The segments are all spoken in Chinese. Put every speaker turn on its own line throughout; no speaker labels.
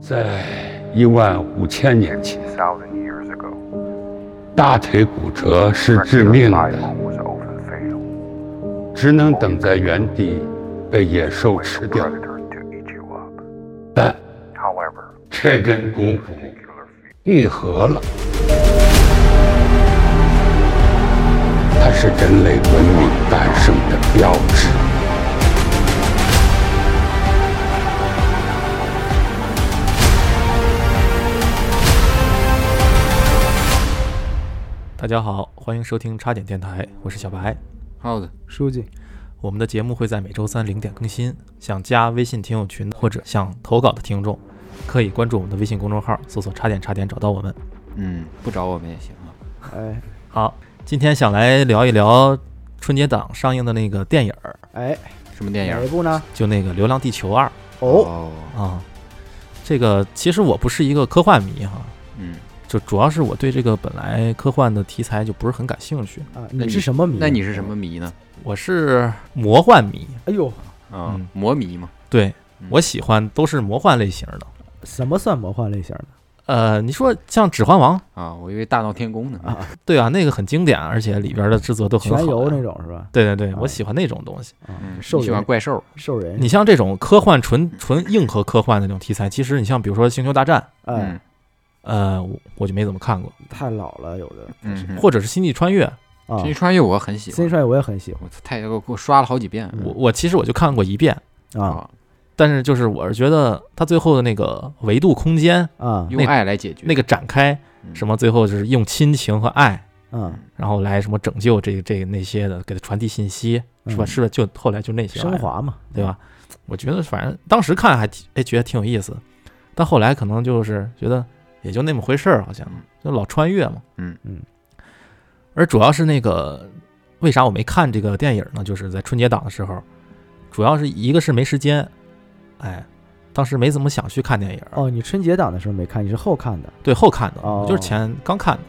在一万五千年前，
thousand years ago.
大腿骨折是致命的，
was often fatal.
只能等在原地被野兽吃掉。
to eat you up.
但
However,
这根股骨
particular feet
愈合了，它是人类文明诞生的标志。
大家好，欢迎收听插点电台，我是小白。
好的，
书记，
我们的节目会在每周三零点更新。想加微信听友群或者想投稿的听众，可以关注我们的微信公众号，搜索“插点插点”找到我们。
嗯，不找我们也行啊。
哎
好，今天想来聊一聊春节档上映的那个电影儿，
哎，
什么电
哪一
影？
部呢？
就那个《流浪地球二》
哦，
啊。这个其实我不是一个科幻迷哈，
嗯，
就主要是我对这个本来科幻的题材就不是很感兴趣。
啊，
那
你
你
是什么迷？
那你是什么？迷呢？
我是魔幻迷，
哎呦，
啊
嗯，
魔迷嘛。
对
嗯
我喜欢都是魔幻类型的。
什么算魔幻类型的
呃，你说像《指环王》，
啊，我以为大闹天宫呢。
啊？
对啊，那个很经典，而且里边的制作都很好
全
呀。
游那种是吧？
对对对，
啊
我喜欢那种东西。
啊，
嗯，
兽
你喜欢
人，
怪兽？
兽人，
你像这种科幻纯纯硬核科幻的那种题材，其实你像比如说《星球大战》，
哎
嗯，
呃，我我就没怎么看过，
太老了，有的
嗯，嗯
或者是《星际穿越》，
啊
星，际穿越我很喜
新
欢，
帅我也很喜
我操太给我刷了好几遍
嗯
我我其实我就看过一遍，
欢啊
但是就是我是觉得它最后的那个维度空间
啊
用爱来解决
那个展开，
嗯
什么最后就是用亲情和爱，
嗯，
然后来什么拯救这这那些的，给他传递信息，是吧？
嗯
是不是就后来就那些玩意
升
儿
华嘛，
对吧？
嗯
我觉得反正当时看还挺哎觉得挺有意思，但后来可能就是觉得也就那么回事儿，好像
嗯
就老穿越嘛。
嗯
嗯。
而主要是那个为啥我没看这个电影呢？就是在春节档的时候，主要是一个是没时间，哎，当时没怎么想去看电影，
哦，你春节档的时候没看，你是后看的
对后看的，
哦
我就是前刚看的，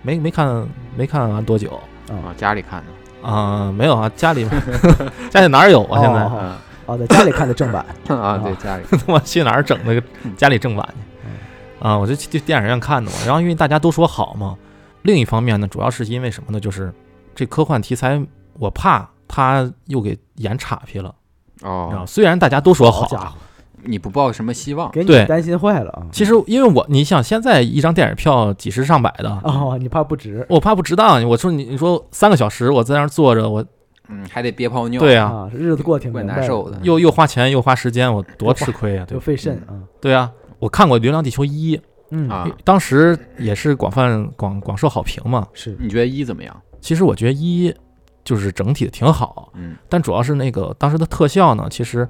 没没看没看完多久
啊
啊？
家里看的。
啊、没有啊，家 里家里哪有啊？现在、
哦
啊
哦，在家里看的正版
啊，对家里。
他妈去哪儿整那个家里正版去
嗯？
啊，我就去电影院看的嘛。然后因为大家都说好嘛，另一方面呢，主要是因为什么呢？就是这科幻题材，我怕它又给演岔劈了。然后
哦，
虽然大家都说
好家
好，
伙，
你不抱什么希望？
给你
对
担心坏了啊！
其实因为我你想，现在一张电影票几十上百的，
哦，你怕不值
我怕不值当。我说你你说三个小时我在那儿坐着，我
嗯，还得憋泡尿。
对啊，
啊？日子过挺
怪
明
难
白
受的，
又又花钱又花时间，我多吃亏啊，对
啊又
吧
费肾啊，
对啊。我看过《流浪地球一》，
嗯
啊。
当时也是广泛广广受好评嘛。
是
你觉得一怎么样？
其实我觉得一就是整体的挺好，
嗯
但主要是那个当时的特效呢，其实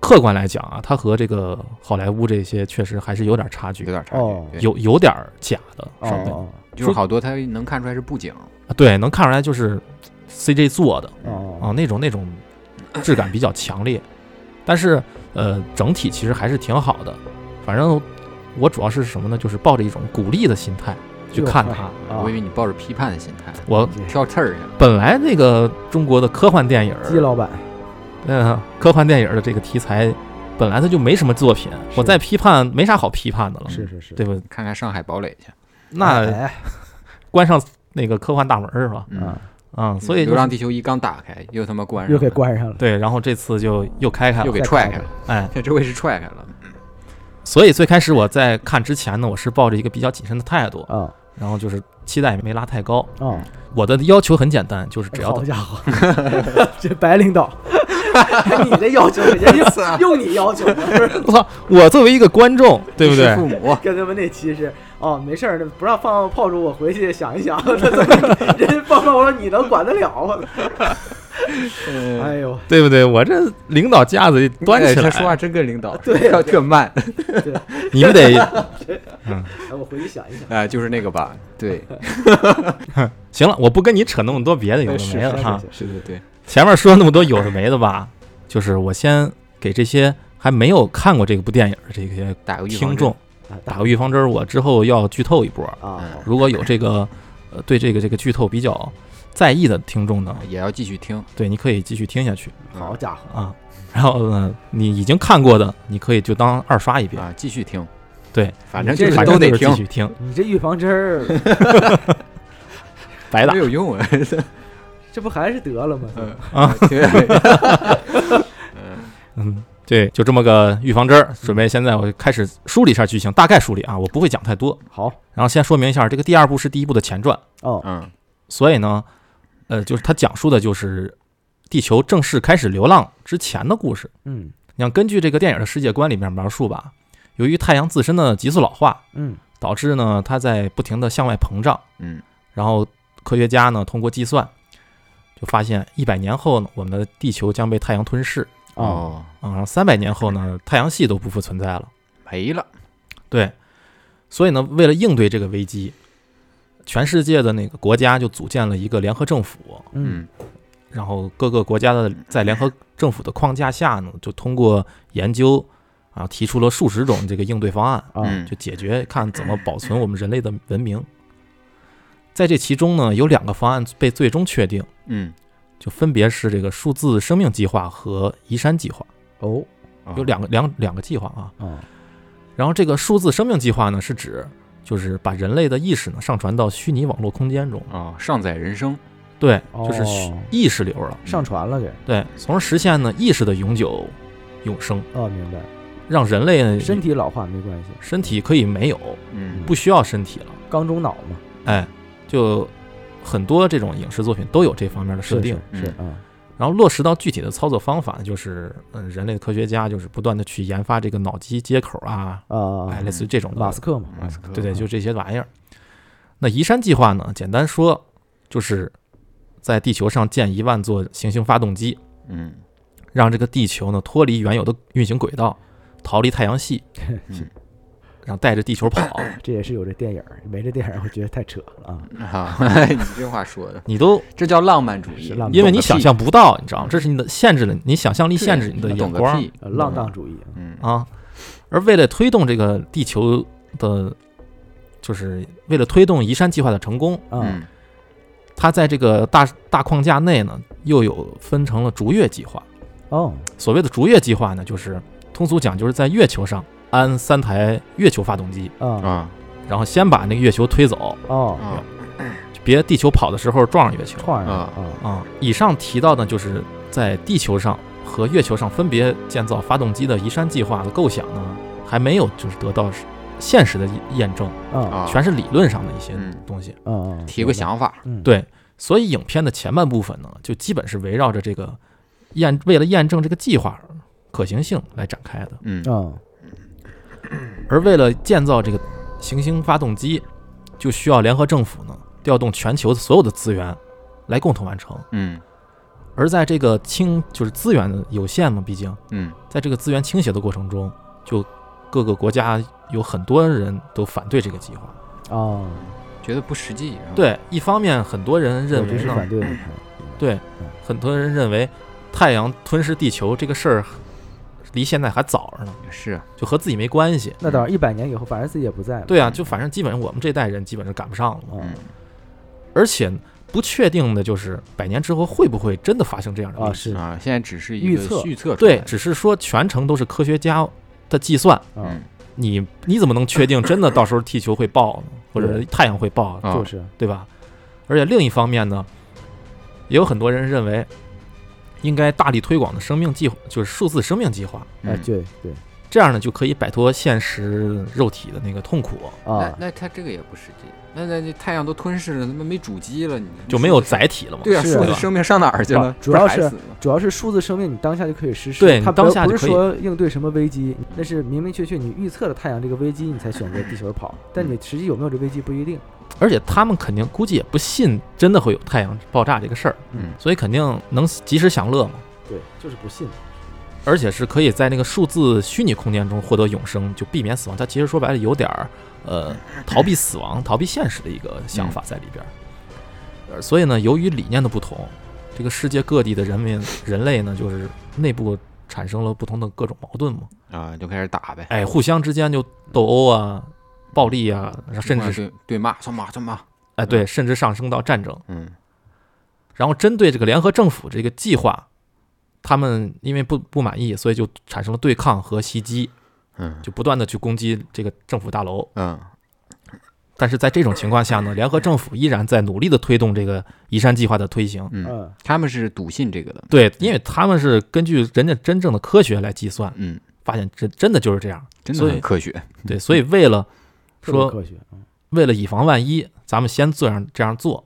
客观来讲啊，它和这个好莱坞这些确实还是有点差距
有，点差
哦
距，对
有有点儿假的，
哦
稍微
哦
就是好多他能看出来是布景，
啊对，能看出来就是 CG 做的
哦
啊，那种那种质感比较强烈，但是呃，整体其实还是挺好的，反正我主要是什么呢，就是抱着一种鼓励的心态嗯去看
哟
它。
啊
我以为你抱着批判的心态，
我
这
挑刺儿去了。
本来那个中国的科幻电影儿，
基老板
嗯，科幻电影的这个题材，本来它就没什么作品，
是
我再批判没啥好批判的了，
是是是，
嗯对吧？
看看上海堡垒去。
那
哎
关上那个科幻大门儿是吧？
嗯，
啊，
嗯，所以
流
就
浪
是
地球一刚打开，又他妈关上，
又给，关上了。
对，然后这次就又开开了，
又给踹开了。
哎，
这回是踹开了。
所以最开始我在看之前呢，我是抱着一个比较谨慎的态度，
啊
然后就是期待也没拉太高。
啊！
我的要求很简单，就是嗯只要
好家伙， 这白领导， 哎你这要求人家
啊
用用你要求吗？不是
我操，我作为一个观众，对不
是
对？
父母
跟他们那期是哦，没事儿，不让放炮竹，我回去想一想。 他怎么人家放炮，我说你能管得了吗？
嗯
哎呦，
对不对？我这领导架子 端起
哎他
来，啊
说话真跟 领导，
对呀
要特慢，
你们得
哎我回去想一想。
哎，就是那个吧，对，
行了，我不跟你扯那么多别的有的
是
没的
哎是
哈。
是
是对对，
前面说那么多有的没的吧，就是我先给这些还没有看过这部电影的这些
打个预防
听
针
众
啊，
打个预防针儿，我之后要剧透一波。
啊，好
如果有这个呃对这个这个剧透比较在意的听众呢，
也要继续听，
对，你可以继续听下去
好家伙，
嗯
啊。然后呢，你已经看过的，你可以就当二刷一遍
啊，继续听，
对，
反正
这
就是
反
都
正就
得
是
听
继，续听，
你这预防针儿，
白打
没。有 用啊。
这不还是得了吗？
嗯
啊，
对，
嗯，对，就这么个预防针儿。准备现在我开始梳理一下剧情，大概梳理啊，我不会讲太多。
好
然后先说明一下，这个第二部是第一部的前传，
哦，
嗯
所以呢，呃，就是它讲述的就是地球正式开始流浪之前的故事。
嗯
你要根据这个电影的世界观里面描述吧，由于太阳自身的急速老化，
嗯
导致呢它在不停的向外膨胀。
嗯
然后科学家呢通过计算，就发现一百年后呢，我们的地球将被太阳吞噬
哦，
哦，
啊，然后三百年后呢，太阳系都不复存在了。
没了，
对，所以呢，为了应对这个危机，全世界的那个国家就组建了一个联合政府，
嗯
嗯
然后各个国家的在联合政府的框架下呢，就通过研究啊，提出了数十种这个应对方案，
啊
嗯
哦就解决看怎么保存我们人类的文明。在这其中呢，有两个方案被最终确定，
嗯，
就分别是这个数字生命计划和移山计划，
哦
哦
有两个两两个计划啊。
哦
然后这个数字生命计划呢，是指就是把人类的意识呢上传到虚拟网络空间中，
哦，上载人生，
对，就是虚
哦
意识流了，
上传了给
对，从而实现呢意识的永久永生，
哦，明白，
让人类
身体老化没关系，
身体可以没有，
嗯
不需要身体了，
缸中脑嘛，
哎，就很多这种影视作品都有这方面的设
是
定。
是是
嗯
啊，
然后落实到具体的操作方法，就是嗯，人类科学家就是不断的去研发这个脑机接口啊，
啊
哎，类似于这种的
马斯克嘛，
马斯克，
嗯
对对，就这些玩意儿。那移山计划呢，简单说就是在地球上建一万座行星发动机，
嗯
让这个地球呢脱离原有的运行轨道，逃离太阳系，
嗯
然后带着地球跑。
啊这也是有这电影儿，没这电影儿我觉得太扯了啊，
啊， 你这话说的，
你都
这叫浪漫主义
是，浪漫
因为你想象不到，你知道吗？这是你的限制了，你想象力限制你的眼
懂个
光
屁，
呃浪荡主义啊
嗯
啊。而为了推动这个地球的，就是为了推动移山计划的成功，
啊
嗯
它在这个大大框架内呢，又有分成了逐月计划。
哦
所谓的逐月计划呢，就是通俗讲，就是在月球上安三台月球发动机，
啊
啊
然后先把那个月球推走，
哦，
啊
就别地球跑的时候撞上月球。
串儿
啊
啊
啊、以上提到的就是在地球上和月球上分别建造发动机的移山计划的构想呢，还没有就是得到现实的验证，
啊
啊，
全是理论上的一些
嗯
东西。
啊啊，
提个
明白，
想法，
嗯，
对，所以影片的前半部分呢，就基本是围绕着这个验为了验证这个计划可行性来展开的。
嗯
啊
而为了建造这个行星发动机，就需要联合政府呢调动全球所有的资源来共同完成。
嗯
而在这个清就是资源有限嘛，毕竟
嗯
在这个资源倾斜的过程中，就各个国家有很多人都反对这个计划。
啊，
觉得不实际，啊，
对，一方面很多人认
嗯我这
为
是
呢，
反对的，
嗯
对，很多人认为太阳吞噬地球这个事儿离现在还早着呢，
也是，啊
就和自己没关系。
那倒是一百年以后，反正自己也不在了，
对啊，就反正基本上我们这代人基本上赶不上了嘛。
啊
嗯
而且不确定的就是百年之后会不会真的发生这样的
啊
历史。
是啊
啊，现在只是一
预
个
测
预测出来
对，
的，
只是说全程都是科学家的计算，
啊
嗯
你你怎么能确 定真的到时候地球会爆呢，或者
对
太阳会爆呢？
啊
就是
对吧？而且另一方面呢，也有很多人认为，应该大力推广的生命计划，就是数字生命计划，
哎
嗯
对对
这样呢就可以摆脱现实肉体的那个痛苦，
啊
那，那他这个也不实际，那那那太阳都吞噬了，他妈没主机了，你
就没有载体了嘛。
对啊，
是
数
对
字
吧
生命上哪儿去了？
不主
不
要
还
是
死吗
主要是数字生命，你当下就可以实施。
对
它
你当
不
下
不
就是可以
说应对什么危机，那是明明确确你预测了太阳这个危机，你才选择地球跑。
嗯
但你实际有没有这危机不一定。
而且他们肯定估计也不信真的会有太阳爆炸这个事儿，
嗯
所以肯定能及时享乐嘛。
对，就是不信。
而且是可以在那个数字虚拟空间中获得永生，就避免死亡。它其实说白了有点儿，呃，逃避死亡、逃避现实的一个想法在里边儿。呃所以呢，由于理念的不同，这个世界各地的人民人类呢，就是内部产生了不同的各种矛盾嘛。
啊，就开始打呗，
哎，互相之间就斗殴啊、暴力啊，甚至是
对对骂，算骂算骂，
哎对，甚至上升到战争。
嗯
然后针对这个联合政府这个计划，他们因为不不满意，所以就产生了对抗和袭击。
嗯
就不断的去攻击这个政府大楼。
嗯
但是在这种情况下呢，联合政府依然在努力的推动这个移山计划的推行。
嗯，
嗯，
他们是笃信这个的，
对，因为他们是根据人家真正的科学来计算，
嗯，
发现真真的就是这样。
真的
所以
很科学，
对，所以为了
特别
说
科学，嗯
为了以防万一，咱们先这样这样做。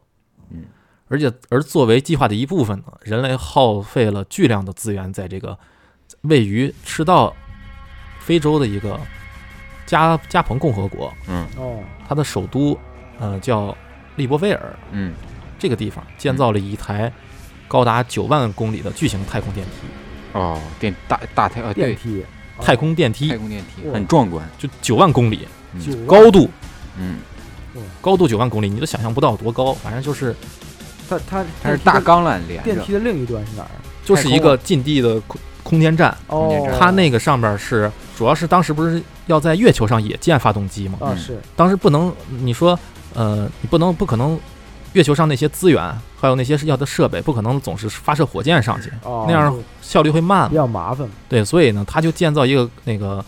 嗯，
而且而作为计划的一部分呢，人类耗费了巨量的资源在这个位于赤道非洲的一个加加蓬共和国，
哦，
它的首都呃叫利波菲尔
嗯
这个地方建造了一台高达九万公里的巨型太空电
嗯
梯，
哦，电大大太啊
电
对，
梯，哦
太空电
太
梯
空电梯
哇
很壮观，
就九万公里，
嗯
九万
高度
嗯，
高度九万公里，你都想象不到有多高，反正就是
它它
它是大钢缆连
电
着，
梯的另一端是哪儿啊？
就是一个近地的空空间站。
间
哦
站，
它那个上面是，主要是当时不是要在月球上也建发动机吗？
啊
嗯
是
当时不能，你说，呃，你不能不可能，月球上那些资源还有那些是要的设备，不可能总是发射火箭上去，
哦，
那样
就
效率会慢
比
嘛。
较麻烦嘛，
对，所以呢，他就建造一个那个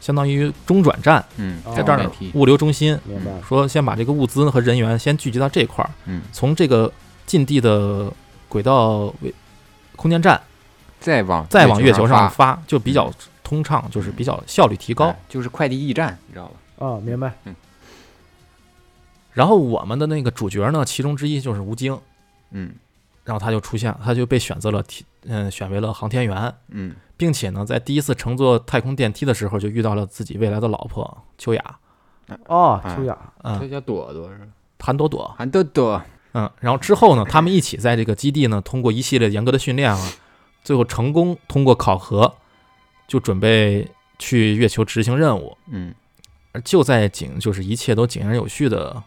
相当于中转站，
嗯，
哦
在
太空
这
电
儿
梯，
物流中心，
明白了。
说先把这个物资和人员先聚集到这块儿，
嗯，
从这个近地的轨道为空间站
再往
再往月球上
发
发，嗯就比较通畅，就是比较效率提高
哎。就是快递驿站，你知道吧？
啊，明白。
然后我们的那个主角呢，其中之一就是吴京，
嗯
然后他就出现，他就被选择了提，嗯，选为了航天员，
嗯
并且呢，在第一次乘坐太空电梯的时候，就遇到了自己未来的老婆秋雅，
哦，
哎
秋雅，
嗯，
叫朵朵是吧？
韩朵朵，
韩朵朵，
嗯，然后之后呢，他们一起在这个基地呢，通过一系列严格的训练啊，最后成功通过考核，就准备去月球执行任务。
嗯
而就在井，就是一切都井然有序的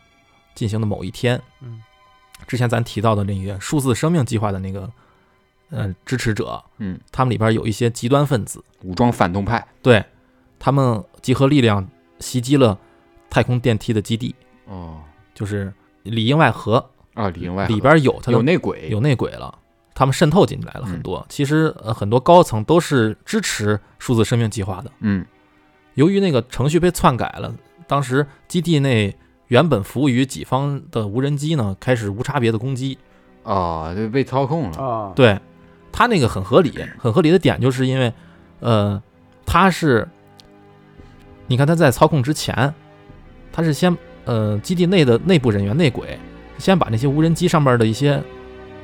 进行的某一天，
嗯，
之前咱提到的那个数字生命计划的那个，嗯、支持者，
嗯，
他们里边有一些极端分子，
武装反动派，
对他们集合力量袭击了太空电梯的基地，
哦
就是里应外合，
啊，里应外合
里边有它
有
的
内鬼，
有内鬼了。他们渗透进来了很
嗯
多，其实呃很多高层都是支持数字生命计划的。
嗯
由于那个程序被篡改了，当时基地内原本服务于己方的无人机呢，开始无差别的攻击。
哦，对，被操控了，
啊，
对，它那个很合理，很合理的点就是因为，呃，它是，你看它在操控之前，它是先呃基地内的内部人员内鬼，先把那些无人机上面的一些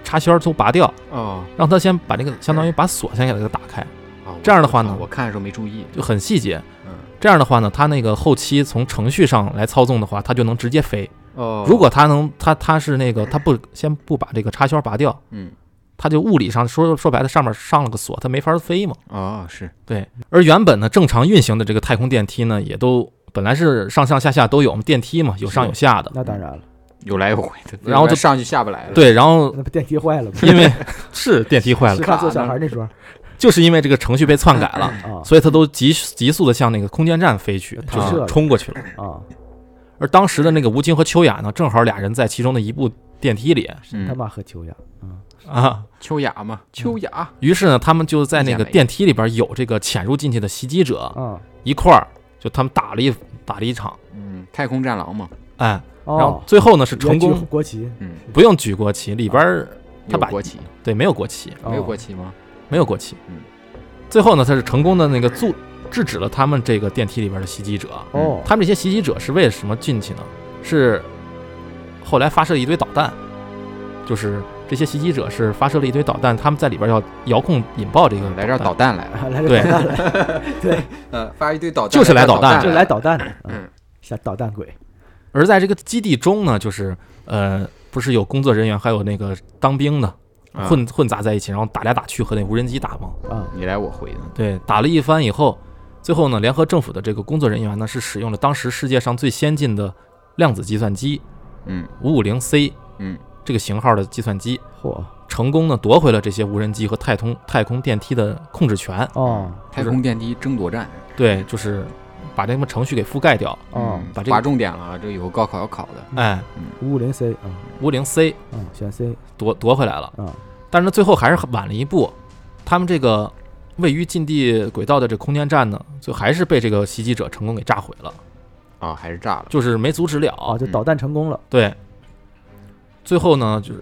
插销都拔掉，
哦
让它先把这个相当于把锁先给它打开，
啊
这样的话呢
我我看的时候没注意，
就很细节。
嗯
这样的话呢，它那个后期从程序上来操纵的话，它就能直接飞。
哦，
如果他能，他他是那个，他不先不把这个插销拔掉，
嗯
他就物理上说说白了，上面上了个锁，他没法飞嘛。
哦是
对，而原本呢正常运行的这个太空电梯呢，也都本来是上上下下都有嘛，电梯嘛，有上有下的。
那当然了，
有来有回的，
然后就
上去下不来了，，
对，然后
那不电梯坏了吗？
因为是电梯坏
是
了，
看做小孩那桌
就是因为这个程序被篡改了，
啊
所以他都急急速的向那个空间站飞去，就
射
是
了
冲过去了。
啊，
而当时的那个吴京和秋雅呢，正好俩人在其中的一部电梯里
嗯
他，妈和秋雅，
啊，
秋雅嘛，秋雅，
于是呢，他们就在那个
一下没
电梯里边有这个潜入进去的袭击者，
啊，
一块儿，就他们打了一打了一场，
嗯，太空战狼嘛，
哎，然后
哦，
最后呢是成
也举
功，
国旗，
嗯，
不用举国旗，里边儿他
有
把
国旗
对没有国旗，
哦
没有国旗吗？
没有国旗
嗯，
最后呢他是成功的那个阻制止了他们这个电梯里边的袭击者，
哦，
他们这些袭击者是为什么进去呢？是后来发射了一堆导弹，就是这些袭击者是发射了一堆导弹，他们在里边要遥控引爆这个
嗯来这儿导
弹，
弹来了，
来
对
个导弹来，对，
嗯，发一堆导弹，
就是来
来
导弹
就来，导弹的，嗯，
嗯
像导弹鬼，
而在这个基地中呢，就是呃不是有工作人员还有那个当兵的。
嗯
混混杂在一起，然后打来打去和那无人机打嘛。
啊，
你来我回的，
对，打了一番以后，最后呢，联合政府的这个工作人员呢是使用了当时世界上最先进的量子计算机
嗯
五五零 C
嗯，
这个型号的计算机，
嚯，
成功的夺回了这些无人机和太空太空电梯的控制权。
哦，
太空电梯争夺战，
对，就是把这他妈程序给覆盖掉。
哦
嗯
把这个
划重点了啊，这以后高考要考的，
哎，
五五零 C 啊，
五零 C
嗯，选 C
夺夺回来了，
啊，
但是最后还是晚了一步。他们这个位于近地轨道的这空间站呢，就还是被这个袭击者成功给炸毁了，
啊，还是炸了。
就是没阻止了。
啊，就导弹成功了。
对，最后呢，就是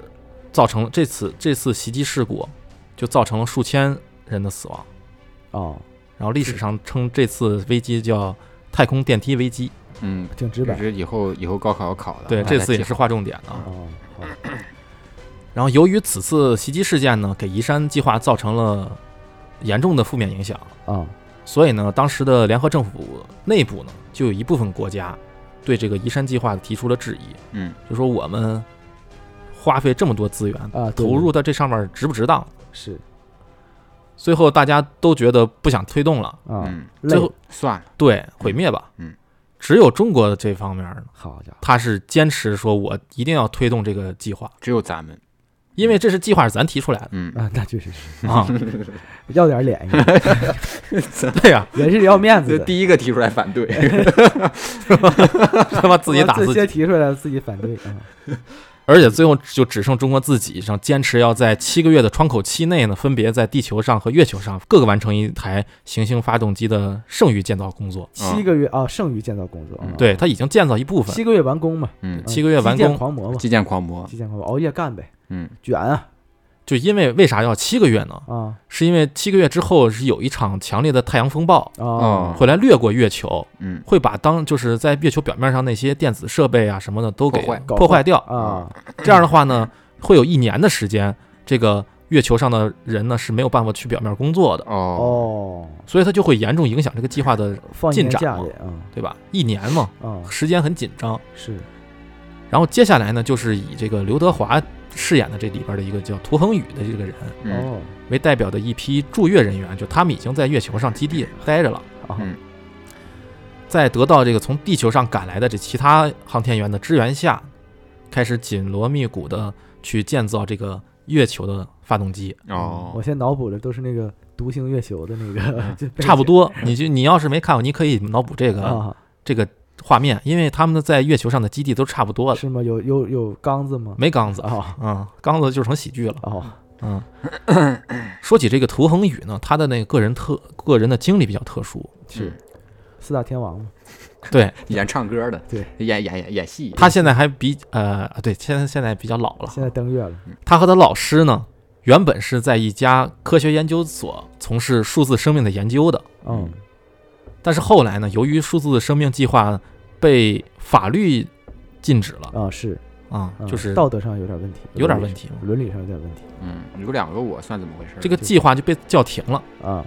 造成了这次这次袭击事故，就造成了数千人的死亡。
哦，
然后历史上称这次危机叫太空电梯危机，
嗯，
挺直
这
白。
是以后以后高考要考的。
对，
啊
这次也是划重点啊。
哦，好的
然后由于此次袭击事件呢，给宜山计划造成了严重的负面影响，
啊，
所以呢，当时的联合政府内部呢，就有一部分国家对这个宜山计划提出了质疑，
嗯，
就说我们花费这么多资源
对啊对
投入到这上面值不值当？
是
最后大家都觉得不想推动了，
啊，
嗯，
累
最后
算了，
对毁灭吧，
嗯，
只有中国这方面呢，
好家伙，
他是坚持说我一定要推动这个计划，
只有咱们。
因为这是计划是咱提出来的
嗯，
啊，那确实是
啊，
要点脸应该，
对呀、
也是要 面子的。
第一个提出来反对。
嗯他妈自己打自己
啊先，提出来，自己反对 啊。
而且最后就只剩中国自己上坚持要在七个月的窗口期内呢，分别在地球上和月球上各个完成一台行星发动机的剩余建造工作。
七个月啊，剩余建造工作啊
嗯，
对，它已经建造一部分，
七个月完工嘛，
嗯，
七个月完
基建
工
狂魔嘛，
基建狂魔。
基建狂魔熬夜干呗，
嗯
卷啊
就因为为啥要七个月呢？
啊
是因为七个月之后是有一场强烈的太阳风暴
啊
会来掠过月球，
嗯
会把当就是在月球表面上那些电子设备啊什么的都给
破坏
搞
破坏掉。
啊
这样的话呢，会有一年的时间，这个月球上的人呢是没有办法去表面工作的，
哦
哦，
所以它就会严重影响这个计划的，
放一年
进展
假
嘛
去啊
对吧？一年嘛，
啊
时间很紧张。
是
然后接下来呢，就是以这个刘德华饰演的这里边的一个叫涂恒宇的这个人
嗯
哦
为代表的一批驻月人员，就他们已经在月球上基地待着了。
啊
嗯
在得到这个从地球上赶来的这其他航天员的支援下，开始紧锣密鼓的去建造这个月球的发动机。
我
哦，
先脑补的都是那个独行月球的那个，就背景
嗯差不多，你就你要是没看过，你可以脑补这个、
啊，
这个画面，因为他们在月球上的基地都差不多了，
是吗？有有有缸子吗？
没缸子啊，
啊
嗯，缸子就成喜剧了，
哦
嗯。 说起这个涂恒宇呢，他的那个个人特个人的经历比较特 殊，
是
嗯
四大天王嘛，
对
演唱歌的，
对，
演演演演戏。
他现在还比呃对，现在现在比较老了，
现在登月了
他和他老师呢，原本是在一家科学研究所从事数字生命的研究的，
嗯
但是后来呢，由于数字生命计划被法律禁止了
啊是
啊、
啊
就是
道德上有点问题，
有点问题嘛
伦理上，伦理上有点问题
嗯，有两个我算怎么回事？
这个计划就被叫停了。
啊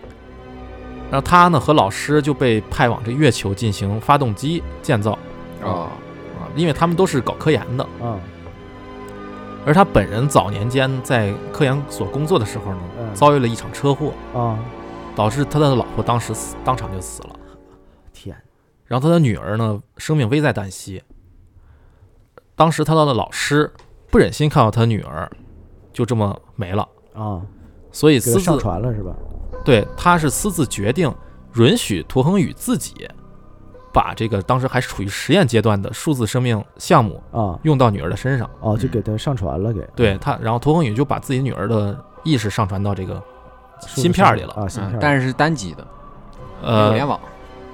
然后他呢和老师就被派往这月球进行发动机建造
哦，
啊，因为他们都是搞科研的。
啊
而他本人早年间在科研所工作的时候呢，
嗯
遭遇了一场车祸，
啊！
导致他的老婆当时死当场就死了，
天，
然后他的女儿呢生命危在旦夕。当时他的老师不忍心看到他女儿就这么没了，
啊，
所以
给
私
他
自
上传了是吧？
对，他是私自决定允许涂恒宇自己把这个当时还处于实验阶段的数字生命项目
啊，
用到女儿的身上。
哦，就给他上传了，给
对他，然后涂恒宇就把自己女儿的意识上传到这个
数字
芯片
上
里了。
啊，芯
嗯
片儿，
但是是单机的，没有联
呃，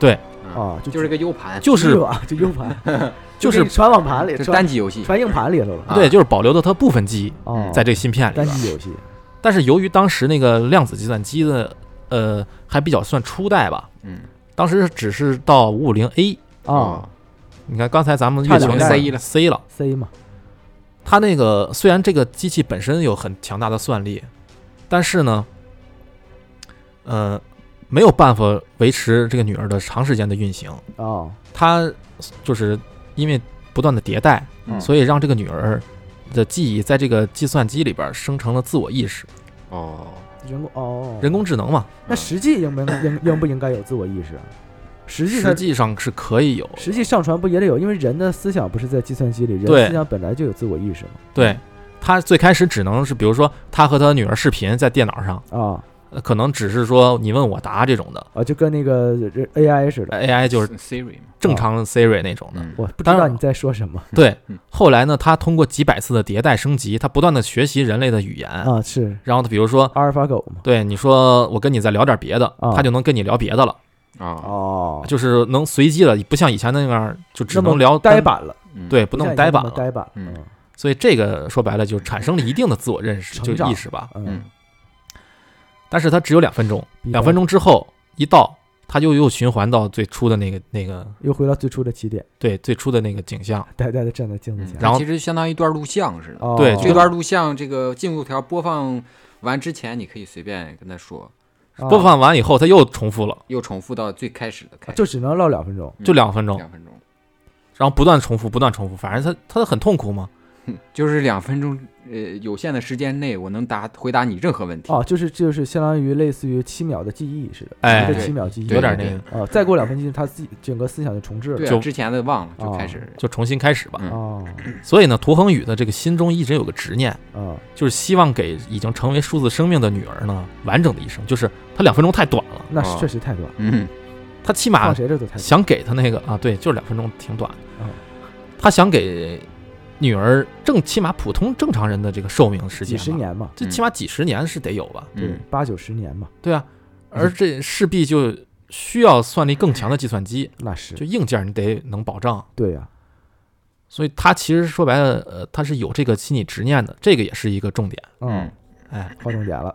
嗯
网，
啊，就
就是个 U 盘，
就
就是啊， 就 U 盘，
就
给
是
你传网盘里，
这是
传
单机游戏。
传硬盘里头了
啊
对，就是保留了他部分记忆
哦，
在这个芯片里
单
边。
机游戏
但是由于当时那个量子计算机的呃还比较算初代吧，
嗯，
当时只是到五五零 A。
啊
哦你看刚才咱们
差
月
两
球
代
C 了 C 了。
，C 嘛，
它那个虽然这个机器本身有很强大的算力，但是呢，呃，没有办法维持这个女儿的长时间的运行。
啊
它就是因为不断的迭代，
嗯
所以让这个女儿的记忆在这个计算机里边生成了自我意识，
哦，
人工哦，
人工智能嘛，
那实际应不应应应不应该有自我意识啊？实际
实
上
际上是可以有
实际上传不也得有？因为人的思想不是在计算机里，人
对
思想本来就有自我意识嘛。
对。他最开始只能是，比如说，他和他女儿视频在电脑上，
啊
呃可能只是说你问我答这种的
啊，就跟那个这 AI 似的，
，AI 就是
Siri 嘛，
正
哦
常 Siri 那种的。
嗯，
我不知
当然
道
了
你在说什么
对
嗯，
后来呢，它通过几百次的迭代升级，它不断的学习人类的语言，
啊，是
然后它比如说，
阿尔法狗嘛？
对你说我跟你再聊点别的，
啊
它就能跟你聊别的了，
啊，
哦，
就是能随机了，不像以前那样就只
那么
能聊
呆
单，
板了，
嗯，
对，不
像
么
以前
呆板
那
了。
么呆板，
嗯
嗯
所以这个说白了就产生了一定的自我认识，
成
就
长
意识吧。
嗯，
但是它只有两分钟，
比
两
白
分钟之后一到，它就又循环到最初的那个那个
又回到最初的起点，
对最初的那个景象。
呆呆的站在镜子
嗯
前，
然后
其实相当于一段录像似的。
哦
对
这段录像这个进度条播放完之前，你可以随便跟他说，
啊
播放完以后，它又重复了，
又重复到最开始的开始，
就只能唠两分钟，
啊
嗯
就两分钟，
两分钟，
然后不断重复，不断重复，反正它它很痛苦嘛。
就是两分钟，呃，有限的时间内，我能答回答你任何问题。
哦，就是就是相当于类似于七秒的记忆似的，
哎
一个七秒记忆，
对
有点
对
那个，
啊，再过两分钟他自己整个思想就重置了，
对啊，
就
之前的忘了，就
哦
开始
就重新开始吧。
嗯
哦
所以呢，涂恒宇的这个心中一直有个执念，
啊
就是希望给已经成为数字生命的女儿呢完整的一生。就是他两分钟太短了，
那
哦
是确实太短，
嗯，
他起
放
码
谁这都太短，
想给他那个啊，对，就是两分钟挺短
嗯。
他想给女儿正起码普通正常人的这个寿命时
几
间
十
吧，
年嘛，
这起码几十年是得有吧？
对
嗯，，
八九十年嘛，
对啊，而这势必就需要算力更强的计算机，
那是
就硬件你得能保障。
对呀，
所以他其实说白了，呃，他是有这个心理执念的，这个也是一个重点。
嗯，
哎，
划重点了，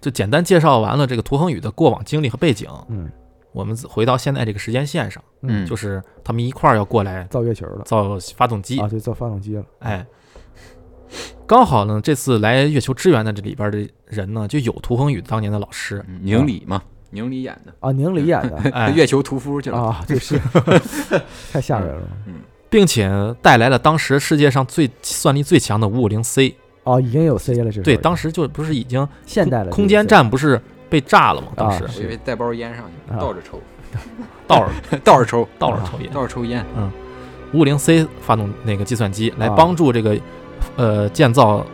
就简单介绍完了这个涂恒宇的过往经历和背景，
嗯
我们回到现在这个时间线上，
嗯
就是他们一块儿要过来
造月球了
造发动机
啊，，对，造发动机了，
哎，刚好呢，这次来月球支援的这里边的人呢，就有涂恒宇当年的老师，
嗯宁理嘛，宁理演的，
啊，宁理演 的
哎，
月球屠夫去了，
啊，就是 太吓人
嗯
了。
并且带来了当时世界上最算力最强的五五零 C。
哦，已经有 C 了，这是
对，当时就不是已经
现代了，
空间站不是被炸了吗？当时
啊
我以为带包烟上去，
啊
倒着抽，
倒 着
倒着抽，
倒着抽烟，
倒着抽烟，
五五零 C 发动那个计算机来
啊
帮助这个呃建造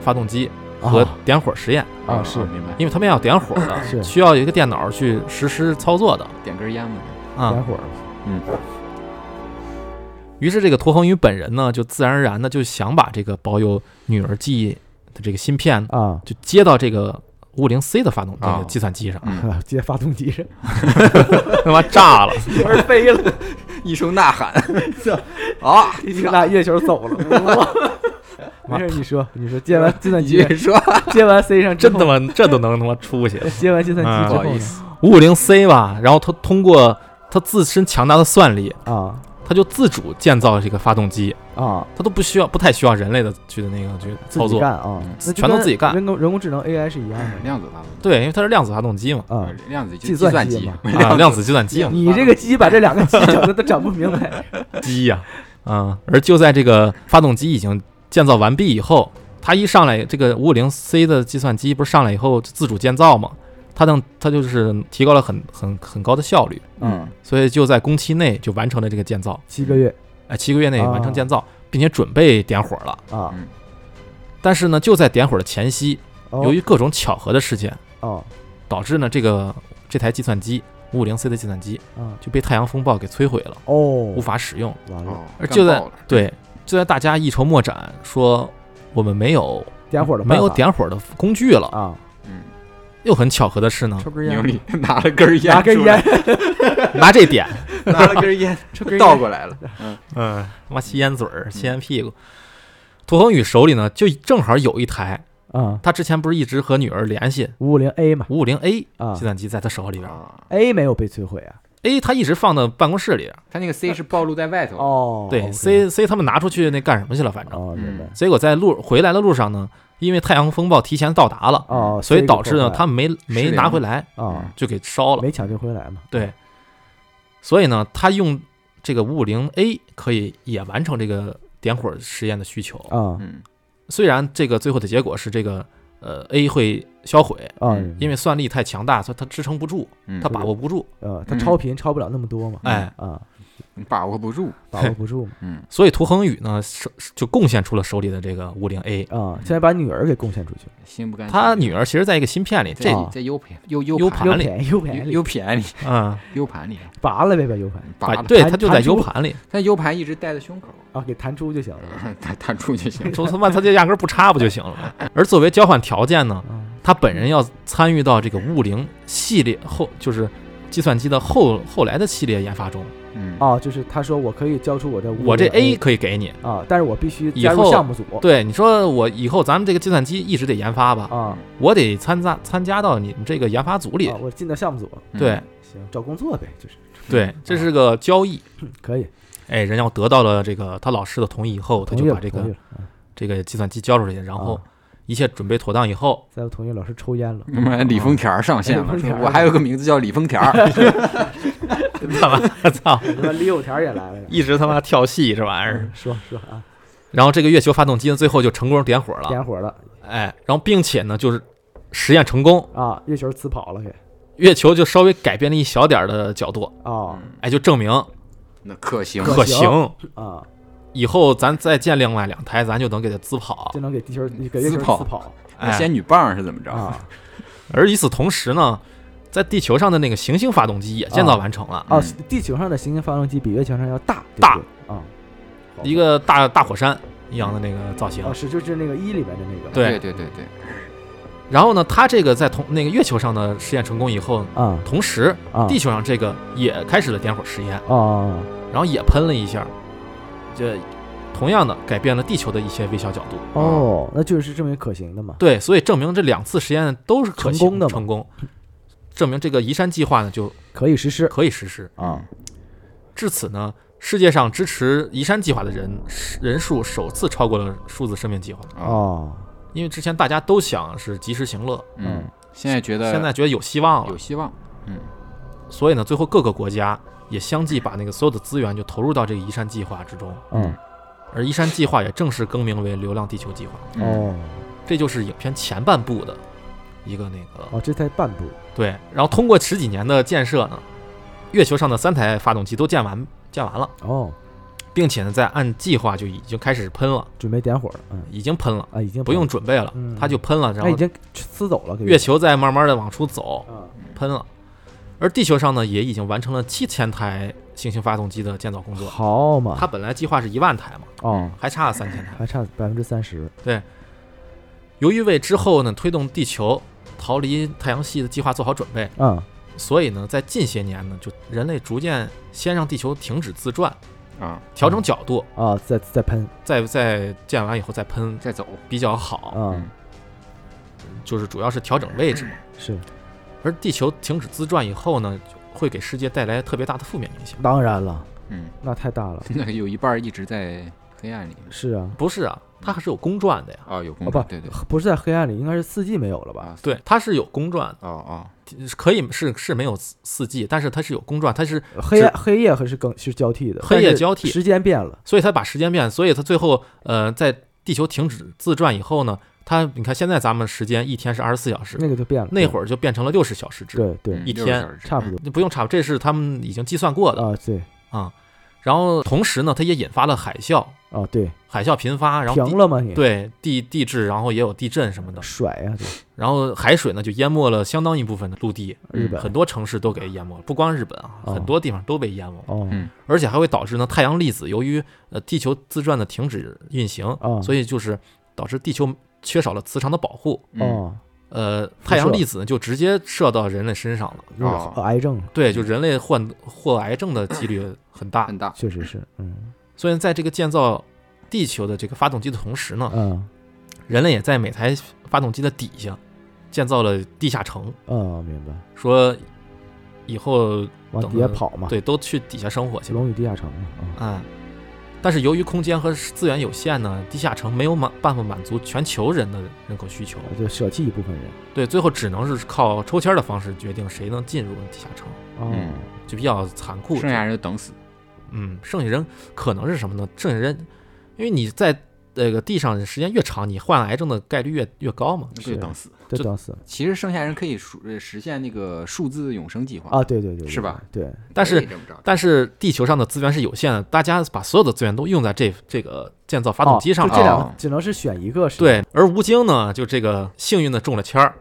发动机和啊
啊
点火实验，
啊是
明白，
因为他们要点火
是
的，需要有一个电脑去实施操作的
点根烟嘛，
啊。
点火了
于是这个涂恒宇本人呢，就自然而然的就想把这个保有女儿记忆的这个芯片，
啊
就接到这个五零 C 的发动这个
啊
计算机上，
嗯，
啊，接发动机上，
他妈炸了！
一会儿 飞了，
一声呐 喊，
这
啊，
那月球走 了。没事，你说，你说，接完计算
你
机
接，着说，
接完 C 上之
真
后
他，妈这都能他妈出去！
接完计算
嗯
机
不
之
好
后
意
呢
思，
五五零 C 吧，然后他通过他自身强大的算力，
啊
他就自主建造这个发动机，
啊，
他都不需要不太需要人类的去的那个去
自
操
己
作，
干啊
嗯，
那就
全都
跟
自己干
人工人工智能 AI 是一样的
量子发动机
对，因为它是量子发动 机嘛，
啊。，
量子就
计
计
算
算
机
机
嘛，
啊，量子计算机嘛，
你这个鸡把这两个鸡整的都整不明 白
机呀、嗯，而就在这个发动机已经建造完毕以后，它一上来，这个五五零 C 的计算机不是上来以后自主建造嘛，它能它就是提高了很很很高的效率，
嗯，
所以就在工期内就完成了这个建造，
七个月
哎，七个月内完成建造，并且准备点火了。
啊，
但是呢，就在点火的前夕，
哦
由于各种巧合的事件，
哦
导致呢这个这台计算机五五零 C 的计算机
啊
就被太阳风暴给摧毁了，
哦
无，法使用。
完了，
哦，
而就在
干爆了
对，就在大家一筹莫展，说我们没有
点火了，
没有点火的工具了。
啊，
嗯，
又很巧合的是呢
抽，根
牛
烟，
力拿了根烟，
拿根烟，，
拿这点，
拿了根烟，
抽根 烟
倒过来了，
嗯，他妈吸烟嘴儿、吸烟屁股。涂恒宇手里呢，就正好有一台，
啊，
他之前不是一直和女儿联系
五五零 A 嘛
五五零 A
啊
计算机在他手里边
啊，
，A 没有被摧毁啊，
，A 他一直放到办公室里边。
他那个 C 是暴露在外头，
哦，
对
OK
，C C 他们拿出去那干什么去了？反正
哦，明白
嗯。
结果在路回来的路上呢，因为太阳风暴提前到达了，
哦，
所以
给
导致
破
呢
坏
他们没没
失联
拿
了
回来，
啊
就给烧了。
没抢救回来嘛，
对，所以呢，他用这个五五零 A 可以也完成这个点火实验的需求。
啊
嗯
虽然这个最后的结果是这个呃 A 会销毁，
啊，
嗯
因为算力太强大，所以它支撑不住，
嗯，
它把握不住。
呃，他超频超不了那么多嘛，
哎，
啊，
你把握不住。
把握不住 嘛。
所以涂恒宇呢，手就贡献出了手里的这个五零 A。
啊，现在把女儿给贡献出去了，
心不甘情
他
不愿
女儿其实在一个芯片里，这
啊
在在 U 盘 U U
优
盘
盘
又
里
便宜又便宜
U，盘里
嗯，
U 盘里
拔了呗，啊把 U 盘
拔
把
了，
对
弹
他就在
弹
U
出
盘里，
但 U 盘一直戴在胸口，
啊，给弹出就行了。
弹弹出就行。
说他妈他就压根儿不插不就行了吗？而作为交换条件呢，
啊，
他本人要参与到这个物灵系列后，就是计算机的后后来的系列研发中。
嗯，
哦，就是他说我可以交出我这
我这
A
A 可以给你，
啊，但是我必须
以
加入
后
项目组。
对你说我以后咱们这个计算机一直得研发吧，
啊，
我得参加参加到你们这个研发组里
啊。我进到项目组，
嗯
对
行，找工作呗，就是
对，这是个交易。
可以。
哎，人要得到了这个他老师的同意以哦后，他
同
就
意了，
把这
同意
个
了啊
这个计算机交出去，然后一切准备妥当以后，
再不同意，老师抽烟了。
那么李丰田儿上线
哎
了，
李丰
说
田儿
我还有个名字叫李丰田儿，
他妈操，
他妈李有田也来了，
一直他妈跳戏这玩意儿。
嗯 说说啊，
然后这个月球发动机呢，最后就成功点火了，
点火了
哎，然后并且呢就是实验成功，
啊，月球呲跑了给
月球就稍微改变了一小点儿的角度，
啊
哎，就证明
那可行。
可
可
行
行。
啊，
以后咱再建另外两台，咱就能给它滋跑
就。能给地球给月球
呲跑
呲跑
那
哎，
仙女棒是怎么着？
啊
而与此同时呢，在地球上的那个行星发动机也建造完成了，
哦
嗯，
地球上的行星发动机比月球上要大对不
大
对啊，好
一个大大火山一样的那个造型
哦。是就是那个一里面的那个
对
对对对，
然后呢，它这个在同那个月球上的实验成功以后，
啊
同时
啊
地球啊上这个也开始了点火实验，
哦
然后也喷了一下，这同样的改变了地球的一些微小角度。
哦，那就是证明可行的嘛，
对，所以证明这两次实验都是可行
成功的嘛
成功，证明这个移山计划呢就
可以实施
可以实施。
啊
至此呢，世界上支持移山计划的人人数首次超过了数字生命计划，
哦，
哦
因为之前大家都想是及时行乐，
嗯，现在觉得
现在觉得有希望
有
了，
希望，嗯，
所以呢，最后各个国家也相继把那个所有的资源就投入到这个移山计划之中，
嗯
而移山计划也正式更名为“流浪地球计划
嗯，
哦
这就是影片前半部的一个那个
哦，这才半步
对，然后通过十几年的建设呢，月球上的三台发动机都建完建完了，
哦，
并且呢，在按计划就已经开始喷了，
准备点火了，嗯
已经喷了，
啊已经
不用准备了
嗯，
它就喷了，然
那已
后
经呲走了给
月球再慢慢的往出走，
啊
喷了。而地球上呢，也已经完成了七千台行星发动机的建造工作，
好嘛
它本来计划是一万台嘛，
哦
还差了三千台。
还差百分之三十
由于为之后呢推动地球逃离太阳系的计划做好准备，
啊
所以呢，在近些年呢，就人类逐渐先让地球停止自转，
啊，
调整角度，
啊再再喷
再再建完以后再喷
再走，
比较好，
啊
嗯
就是主要是调整位置。
是
而地球停止自转以后呢，就会给世界带来特别大的负面影响。
当然了，
嗯，
那太大 了
那个有一半儿一直在黑暗里，
是啊。
不是啊，它还是有公转的呀。
哦，有
哦
工
不
作，，对对，
不是在黑暗里，应该是四季没有了吧？
啊，
对，它是有公转
哦哦，
的，可以是是没有四四季，但是它是有公转，它是
黑暗黑夜和是更是交替的，
黑夜
但是
交替
时间变了
所以它把时间变，所以它最后呃在地球停止自转以后呢，它你看现在咱们时间一天是二十四小时，
那个就变了。
那会
儿
儿就变成了六十小时制，
对对
嗯
一
60
天
小时
差不多
就不用差，这是他们已经计算过的
啊，对
啊。然后同时呢，它也引发了海啸，
啊对，
海啸频发，然后地
停了吗你？啊
对地地质，然后也有地震什么的，
甩呀，对
然后海水呢就淹没了相当一部分的陆地，
日
对
嗯很
本
多城市都给淹没了，不光日本啊，
哦
很多地方都被淹没，
哦
嗯
而且还会导致呢太阳粒子由于呃地球自转的停止运行，
哦
所以就是导致地球缺少了磁场的保护，
嗯
哦，
呃，
辐射
太阳粒子呢就直接射到人类身上了，
就是
哦
癌症
对，就人类患患癌症的几率很大
很，大，
确实是，嗯
所以在这个建造地球的这个发动机的同时呢，
嗯
人类也在每台发动机的底下建造了地下城，
嗯，明白，
说以后
往
等
底下
着
跑嘛，
对都去底下生活去吧。
龙与地下城嘛，啊
嗯，但是由于空间和资源有限呢，地下城没有满办法满足全球人的人口需求，
哦就舍弃一部分人，
对，最后只能是靠抽签的方式决定谁能进入地下城，
哦
嗯
就比较残酷。
剩下人就等死，
嗯，剩下人可能是什么呢？剩下人，因为你在那个地上时间越长，你患癌症的概率越越高嘛，
那不就是等死？
这
这
等死了
其实剩下人可以数呃实现那个数字永生计划
啊！，对对对，对
是吧？
对，
但是
可以这么着
但是地球上的资源是有限的，大家把所有的资源都用在这这个建造发动机上
哦
了。
就这
哦
两个只能是选一个是吧
对，而吴京呢，就这个幸运的中了签儿，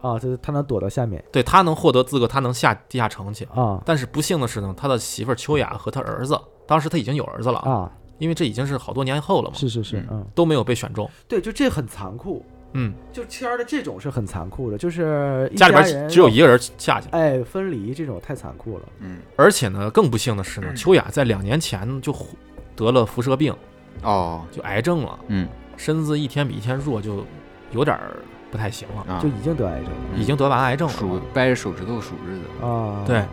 啊，就是他能躲到下面
对他能获得资格，他能下地下城去。
啊
但是不幸的是呢，他的媳妇儿秋雅和他儿子，当时他已经有儿子了，
啊，
因为这已经是好多年后了嘛，
是是是，嗯，
都没有被选中。
对，就这很残酷，
嗯，
就签儿的这种是很残酷的，就是一
家里边
人
只有一个人下去，
哎分离这种太残酷了
嗯
而且呢，更不幸的是呢，秋雅在两年前就得了辐射病，
哦
就癌症了，
嗯
身子一天比一天弱，就有点儿不太行了，
啊
就，已经得癌症了
已经得完癌症了
数
嘛。
掰着手指头数日子，
啊，
对，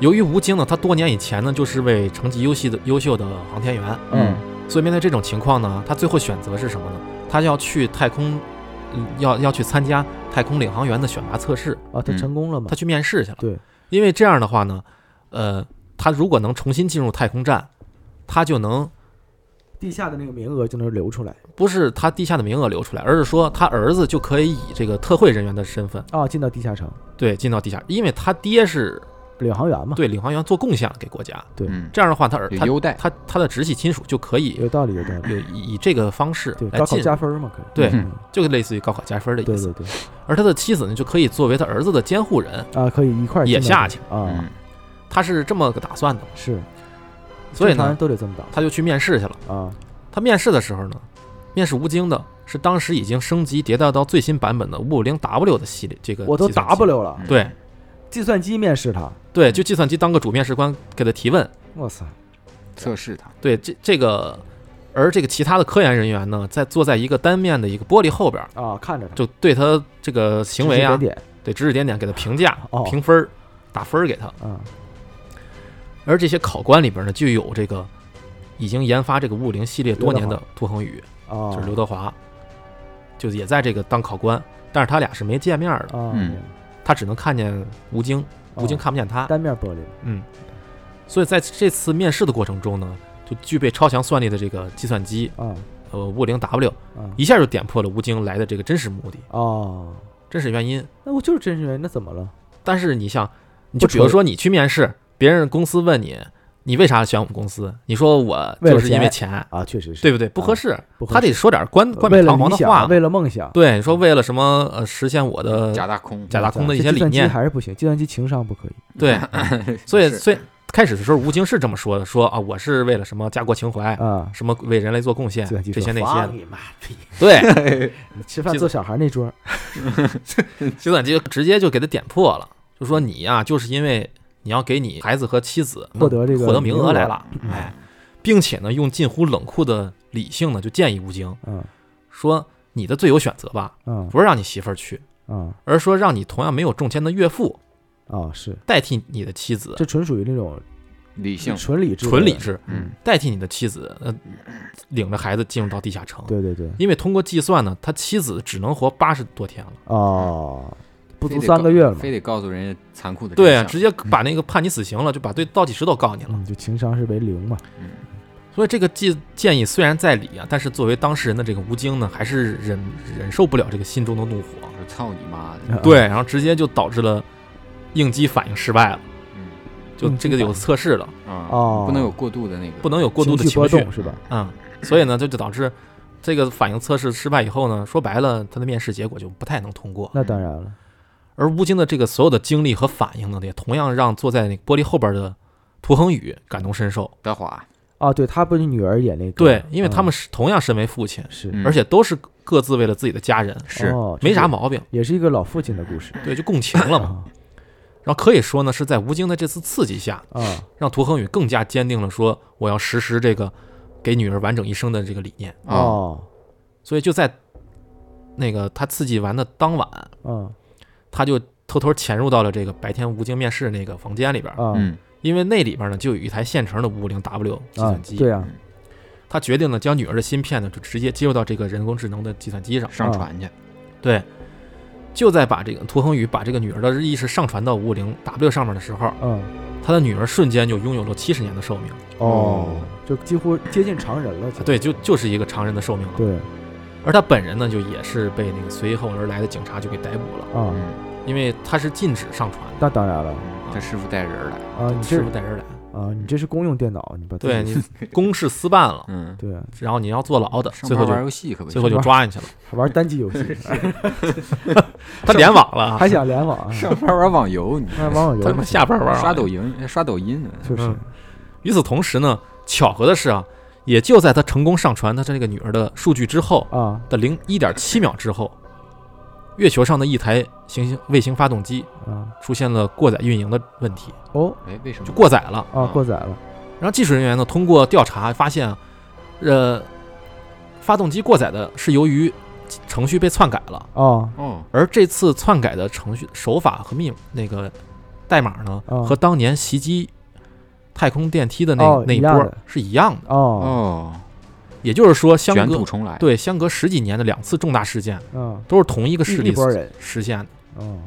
由于吴京呢，他多年以前呢就是位成绩优秀的优秀的航天员，
嗯
所以面对这种情况呢，他最后选择是什么呢？他要去太空，嗯要要去参加太空领航员的选拔测试，
啊，他
嗯
成功了嘛
他？去面试去了。
对，
因为这样的话呢，呃，他如果能重新进入太空站，他就能
地下的那个名额就能留出来
不是他地下的名额留出来，而是说他儿子就可以以这个特惠人员的身份，
啊，进到地下城
对，进到地下，因为他爹是
领航员嘛，
对领航员做贡献了给国家。
对
嗯，
这样的话，他儿
有
他
优待，
他他的直系亲属就可以
有道理有道理，
有以以这个方式
对，
来
高考
进，
加分嘛，可以，
对
嗯
就类似于高考加分的
对
意思。
对对
而他的妻子呢，就可以作为他儿子的监护人，
啊，可以一块儿
也
进到
下
地
去
啊，
嗯
他是这么个打算的。
是，
所以
正常人
呢，
都得这么搞
他就去面试去了。
啊
他面试的时候呢，面试吴京的是当时已经升级迭代到最新版本的五五零 W 的系列，这个
我都
计算机
W 了，
嗯
对
计算机面试他，
对，就计算机当个主面试官给他提问。
哇塞，
测试它，
对，这这个，而这个其他的科研人员呢，在坐在一个单面的一个玻璃后边儿，
啊，看着他
就对他这个行为啊，
指指点点
对指指点点，给他评价、
哦
评分儿、打分儿给他。
啊，
而这些考官里边呢，就有这个已经研发这个五五零系列多年的杜恒宇，
哦，
就是刘德华，就也在这个当考官，但是他俩是没见面的，
啊，
嗯
对
他只能看见吴京，吴京
哦
看不见他，
单面玻璃
嗯，所以在这次面试的过程中呢，就具备超强算力的这个计算机，
啊
呃，五五零 W
啊
一下就点破了吴京来的这个真实目的、
哦，
真实原因。
那我就是真实人，那怎么了？
但是你像，你就
不
比如
纯
说你去面试，别人公司问你，你为啥选我们公司？你说我
为了
就是因为
钱
钱
啊，确实是，
对不对？不合适，
不合呃
他得说点冠冠
为
冕
了
堂皇
理
的
想，啊
话。
为了梦想，
对，你说为了什么呃实现我
嗯
的
假大空，
假大空的一
这
些
计
理
算机
念，
还是不行，计算机情商不可以
对，嗯所以
是
所以开始的时候吴京是这么说的，说啊我是为了什么家国情怀，
啊。
什么为人类做贡献
计算机
哎啊这
说
些那些嗯
放
的，
你妈逼！
对，
你吃饭坐小孩那桌
计算机直接就给他点破了，就说你呀、就是因为你要给你孩子和妻子
获得这个
嗯获得名额来
名额嗯
了，哎，并且呢用近乎冷酷的理性呢就建议吴京
嗯
说你的最有选择吧，
嗯
不是让你媳妇儿去，
嗯
而是说让你同样没有中签的岳父
哦，是，
代替你的妻子，
这纯属于那种
理性，
纯理智，
纯理，智，
嗯，
代替你的妻子，呃，领着孩子进入到地下城。
对对对，
因为通过计算呢，他妻子只能活八十多天了。嗯
哦，不
非
足
得
三
告
个月了嘛
非，得告诉人家残酷的
对啊，
真相
直接把那个判你死刑了，就把对倒计时都告你了。
嗯，就情商是为零嘛，
所以这个建建议虽然在理啊，但是作为当事人的这个吴京呢，还是忍忍受不了这个心中的怒火。
我说操你妈的，
啊
对，然后直接就导致了应激反应失败了，
嗯
就这个有测试了，
啊，
哦
不能有过度的那个，
不能有过度的
情
情
波
绪
动，是吧？
嗯，所以呢，这就导致这个反应测试失败以后呢，说白了，他的面试结果就不太能通过。
那当然了，
而吴京的这个所有的经历和反应呢，也同样让坐在那个玻璃后边的涂恒宇感同身受。
德华，
哦，对他不是女儿演那个，
对，因为他
嗯
们是同样身为父亲，
是
嗯
而且都是各自为了自己的家人，
哦
没啥
这
毛病，
也是一个老父亲的故事
对，就嗯共情了嘛。
啊
然后可以说呢，是在吴京的这次刺激下，
啊
让涂恒宇更加坚定了说我要实施这个给女儿完整一生的这个理念。
啊，
哦
所以就在那个他刺激完的当晚，
嗯
他就偷偷潜入到了这个白天吴京面试那个房间里边，
啊
嗯
因为那里边呢就有一台现成的五五零 W 计
啊
算机，，
对啊
他决定呢将女儿的芯片呢就直接接入到这个人工智能的计算机
啊
上，
上船去，
对，就在把这个涂恒宇把这个女儿的意识上传到五五零 W 上面的时候，
嗯
他的女儿瞬间就拥有了七十年的寿命，
哦，就几乎接近常人了，
对，就就是一个常人的寿命了。
对
而他本人呢，就也是被那个随后而来的警察就给逮捕了，
啊，
嗯，
因为他是禁止上传的，
那当然了
他师傅带人儿来，嗯
啊，你这
师傅带人来，
啊，你这是公用电脑，你把自己
对你公事私办了，
嗯，
对啊
然后你要坐牢的，
上
最后
班
就
玩游戏可不
最
行，
后就抓进去了，
还玩单 机游戏，
他联网了啊，
还想联网啊，
上班玩网游，你
还网友
他
游
们下班玩
刷
啊
抖音，刷抖音，
就是
嗯与此同时呢，巧合的是啊，也就在他成功上传他这个女儿的数据之后
啊
的零一点七秒之后，月球上的一台行星卫星发动机
啊
出现了过载运营的问题，
哦
哎，为什么
就过载了。
啊过载了
然后技术人员呢，通过调查发现啊，呃，发动机过载的是由于程序被篡改了，
哦
哦，
而这次篡改的程序手法和密那个代码呢，
哦
和当年袭击太空电梯的那、
哦
那一
一样
波
的
是一样的。
哦
哦，
也就是说，相
卷
隔
土重来，，嗯
对相隔十几年的两次重大事件
啊
都是同一个势
一一
力
波人
实现的。
哦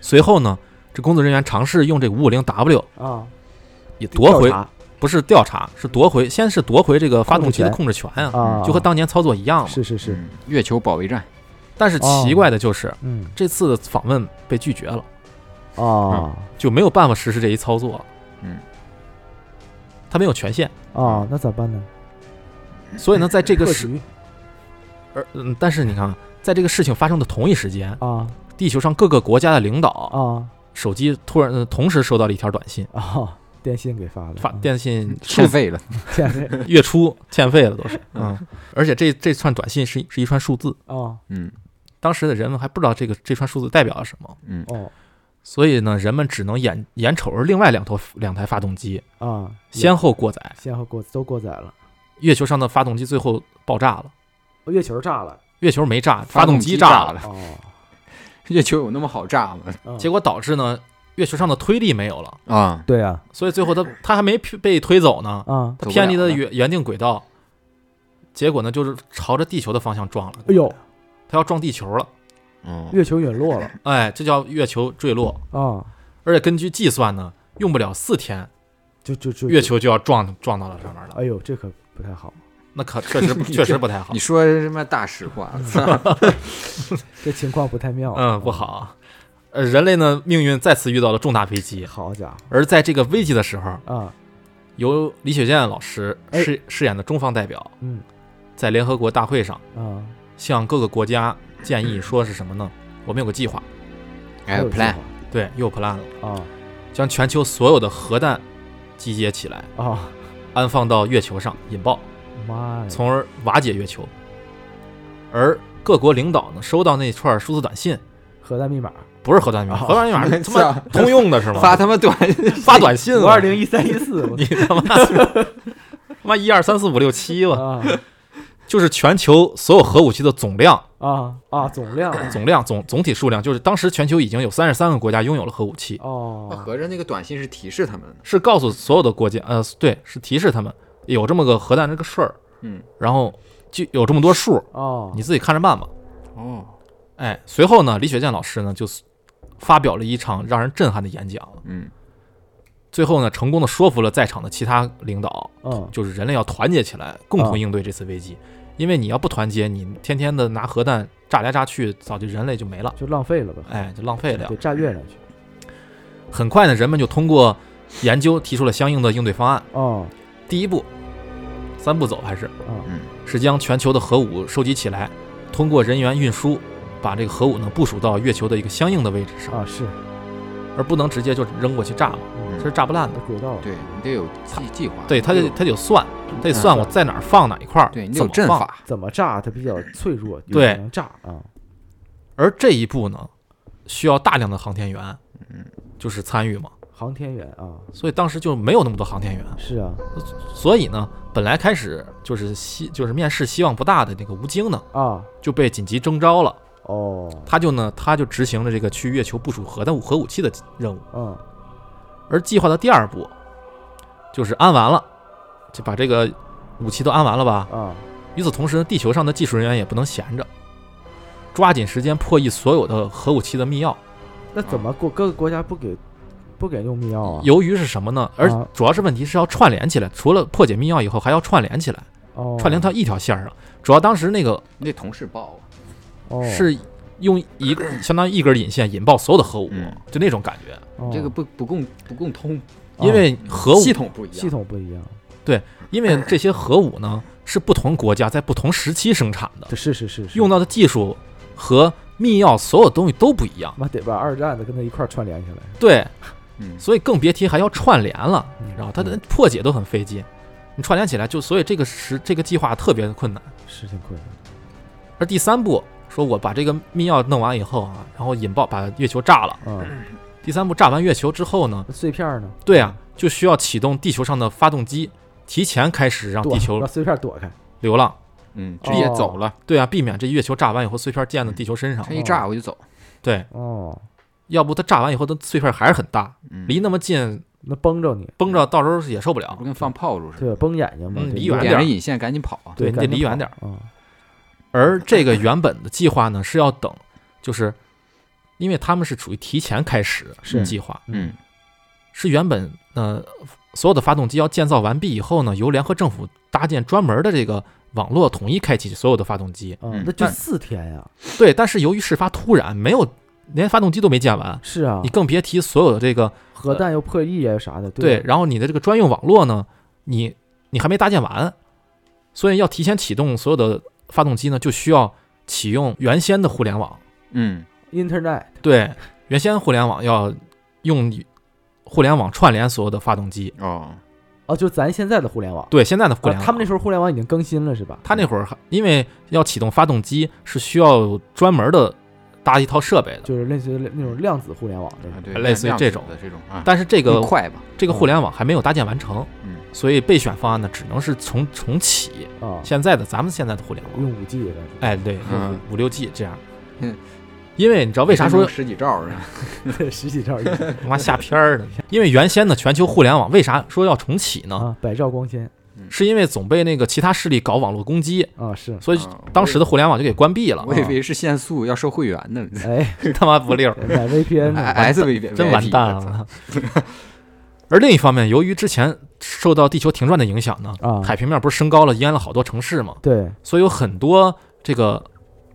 随后呢，这工作人员尝试用这五五零 W
啊
也夺回
调，查
不是调查，是夺回，先是夺回这个发动机的控制权啊，
啊
就和当年操作一样嘛。
是是是
嗯，月球保卫战，
但是奇怪的就是，
嗯
这次的访问被拒绝了，
啊
就没有办法实施这一操作。
嗯，
他没有权限，
啊那咋办呢？
所以呢，在嗯这个
特
事，
局
而嗯，但是你看啊，在这个事情发生的同一时间，
啊
地球上各个国家的领导
啊
手机突然呃同时收到了一条短信。
啊电信给发的
发
啊
电信数
欠 费了，
欠费
月初欠费了都是，嗯，而且这这串短信是是一串数字，
啊
嗯
当时的人们还不知道这个这串数字代表了什么，
嗯，
哦
所以呢，人们只能眼眼瞅着另外两头两台发动机
啊
先后过载，
先后过都过载了，
月球上的发动机最后爆炸了，
哦月球炸了
月球没炸，
发
发
动
动
机
机
炸
炸
了
了，
哦
月球有那么好炸吗？
嗯
结果导致呢，月球上的推力没有了，
啊，
对啊
所以最后它它还没被推走呢，
啊
它
走不
偏离
了
的
了
原原定轨道，结果呢就是朝着地球的方向撞了，
哎呦
它要撞地球了，
嗯，
月球陨落了
哎，这叫月球坠落。
啊
而且根据计算呢，用不了四天，
就就就
月球就要撞撞到了上面了。
哎呦这可不太好，
那可确实确实不太好
你，说什么大实话？操
这情况不太妙
嗯，不好。呃，人类呢命运再次遇到了重大危机，
好家伙
而在这个危机的时候，
啊
由李雪健老师
哎
饰饰演的中方代表，
嗯
在联合国大会上
啊
向各个国家建议说是什么呢？我们有个计划，
还有 plan，
对，又有 plan 了，
啊
将全球所有的核弹集结起来，
啊
安放到月球上引爆。
妈呀
从而瓦解月球。而各国领导呢，收到那串数字短信，
核弹密码
不是核弹密码，
哦
核弹密码他妈
操
通用的 是吗？
发他妈短信，
发短信
五
了
二，零一三一四
你他妈 他妈一二三四五六七吧，
啊
就是全球所有核武器的总量、
啊啊总量啊
总量、总总体数量，就是当时全球已经有三十三个国家拥有了核武器，
那
哦
合着那个短信是提示他们的，
是告诉所有的国家，呃，对，是提示他们有这么个核弹这个事儿，
嗯，
然后就有这么多数，
哦
你自己看着办吧。
哦，
哎，随后呢，李雪健老师呢就发表了一场让人震撼的演讲，
嗯
最后呢，成功的说服了在场的其他领导，
嗯
就是人类要团结起来，共同应对这次危机。因为你要不团结，你天天的拿核弹炸来炸去，早就人类就没了，
就浪费了吧
哎，就浪费了
得。炸月亮去
很快呢，人们就通过研究提出了相应的应对方案。
哦
第一步，三步走还是
啊
嗯
是将全球的核武收集起来，通过人员运输，把这个核武呢部署到月球的一个相应的位置上，
啊是
嗯
而不能直接就扔过去炸嘛，
嗯
这是炸不烂的
那。轨道
对你得有计计划，
对，他得
得有嗯
他得有算，他得算我在哪儿放哪一块儿，
对你得
怎
有
么
阵
放。
法，
怎么炸它比较脆弱有
对
可能炸啊
而这一步呢，需要大量的航天员，
嗯，
就是参与嘛。
航天员啊
所以当时就没有那么多航天员，
是啊
所以呢，本来开始就是希就是面试希望不大的那个吴京呢，
啊
就被紧急征召了。
哦
他就呢，他就执行了这个去月球部署核弹核武器的任务。
嗯
而计划的第二步，就是安完了，就把这个武器都安完了吧，
啊
与此同时呢，地球上的技术人员也不能闲着，抓紧时间破译所有的核武器的密钥。
那怎么各各个国家不给不给用密钥啊
由于是什么呢？而
啊
主要是问题是要串联起来，除了破解密钥以后，还要串联起来。
哦，
串联到一条线儿上。主要当时那个
那同啊事爆了，
哦
是用一个相当于一根引线引爆所有的核武，
嗯
就那种感觉。
哦
这个不不共不共通，
因为核武、
系统不一样，
系统不一样，
因为这些核武呢是不同国家在不同时期生产的
这，是是是是
用到的技术和密钥所有东西都不一样。
妈得把二战的跟他一块儿串联起来，
对，
嗯，
所以更别提还要串联了，
嗯
然后它的
嗯
破解都很费劲，你串联起来就所以这个时这个计划特别困难。
是挺困难。
而第三步说我把这个密钥弄完以后啊，然后引爆把月球炸了。
嗯，
第三步炸完月球之后呢，
那碎片儿呢？
对啊，就需要启动地球上的发动机，提前开始让
躲
啊地球
让碎片儿躲开。
流浪。
嗯，
哦
也走了，嗯
对啊，避免这月球炸完以后碎片溅到地球身上
他。一炸我就走，
对，
哦，
要不它炸完以后，它碎片还是很大，
嗯，
离那么近，
那绷着你，
崩着到时候也受不了
不。跟放炮竹似的，
对，绷眼睛嘛，
嗯
对
离远
点
点儿
人引线赶紧跑啊，
对
对，
你得
赶紧
离远
跑
点儿
啊。
而这个原本的计划呢，是要等，就是因为他们是处于提前开始
是
计划，
嗯
是原本呃所有的发动机要建造完毕以后呢，由联合政府搭建专门的这个网络，统一开启所有的发动机。
嗯
嗯，
那就
但
四天呀。
对，但是由于事发突然，没有连发动机都没建完，
是啊
你，更别提所有的这个
核弹又破译啊啥的，
对，
对
然后你的这个专用网络呢，你你还没搭建完，所以要提前启动所有的发动机呢，就需要启用原先的互联网。
嗯
，Internet
对，原先互联网要用互联网串联所有的发动机。
哦，
哦，就咱现在的互联网，
对，现在的互联
啊
网，
他们那时候互联网已经更新了是吧？嗯
他那会儿还因为要启动发动机是需要专门的搭一套设备的，
就是类似于那种量子互联网对吧
啊对，
类似于
量
这
子
种
的这种啊，
但是这
更
个
快吧，
这
嗯
个互联网还没有搭建完成，
嗯
所以备选方案呢只能是重重启
啊，
现在的咱们现在的互联网，
用五 G 的，
哎，对，
嗯
五六 G 这样
嗯，
因为你知道为啥说
十几兆啊呢？
对，十几兆一天
他妈下片儿呢？因为原先的全球互联网为啥说要重启呢？
啊，百兆光纤
是因为总被那个其他势力搞网络攻击，
啊，是，
所以
啊
当时的互联网就给关闭了。啊
我以为是限速要收会员呢
哎，
他妈不溜儿，
买 VPN
哎
呢
，S V
真完蛋了。啊 而另一方面，由于之前受到地球停转的影响呢，
啊，
海平面不是升高了，淹了好多城市嘛，
对，
所以有很多这个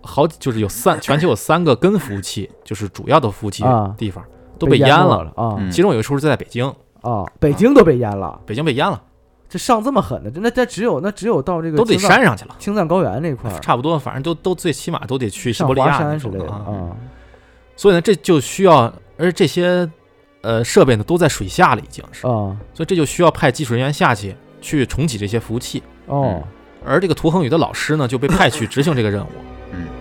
好就是有三全球有三个根服务器，就是主要的服务器
啊
地方都
被
被淹
没
了。嗯
了啊
嗯
其中有一处是在北京，
啊，北京都被淹了，
北京被淹了，
这上这么狠的，真的，这只有那只有到这个
都得
青藏
山上去了。
青藏高原那块儿，
差不多，反正都都最起码都得去西
上
伯利
华
亚那
山之
种
类的
啊。
啊，
所以呢，这就需要，而这些呃设备呢都在水下了，已经是，
啊，
所以这就需要派技术人员下去去重启这些服务器。
哦，
而这个涂恒宇的老师呢，就被派去执行这个任 务。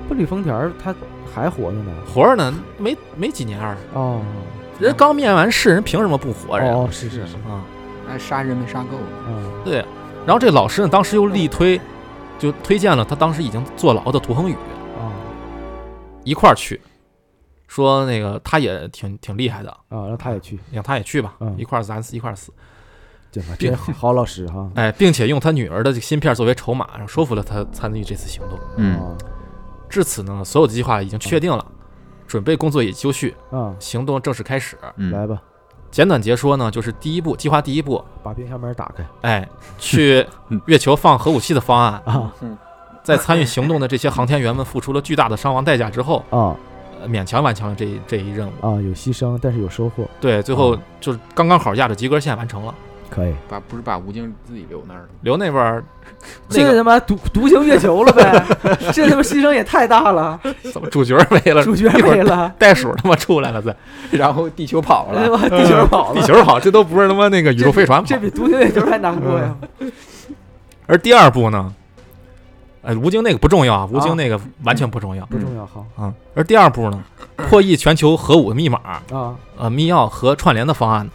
不，李丰田儿他还活着呢，
活着呢，没没几年啊，
哦，
人刚面完试，人凭什么不活着呀？
哦，是是是，
啊，
哎，杀人没杀够，
啊，
对。然后这老师呢，当时又力推，就推荐了他当时已经坐牢的涂恒宇
啊
一块儿去，说那个他也挺挺厉害的，
啊，让他也去，
让他也去吧，
嗯
一块儿咱一块儿死。
这妈
并
真好好老师哈，
哎，并且用他女儿的这个芯片作为筹码，然后说服了他参与这次行动。
嗯
啊
至此呢，所有的计划已经确定了，准备工作也就绪，
啊，
行动正式开始。
来
嗯，
吧，
简短截说呢，就是第一步，计划第一步，
把冰箱门打开
哎，去月球放核武器的方案，
啊
在参与行动的这些航天员们付出了巨大的伤亡代价之后，
啊
呃勉强完成了这一这一任务。
啊，有牺牲，但是有收获，
对，最
哦
后就是刚刚好压着及格线完成了。
可以。
把不是把吴京自己留那儿了吗，
留那边儿，那
这
个
他妈独独行月球 了呗？这他妈牺牲也太大了，
怎么主角儿没了，
主角
一会
没
儿
了，
袋鼠他妈出来了，在
然后地球跑
哎
了，
我地球跑
嗯地
了，
球跑，这都不是他妈那个宇宙飞船跑
这比独行月球还难过呀！
嗯而第二步呢，呃，吴京那个不重要啊，吴京那个完全不重要
不重要，好
啊。而第二步呢，破译全球核武的密码、
啊，
呃密钥和串联的方案呢，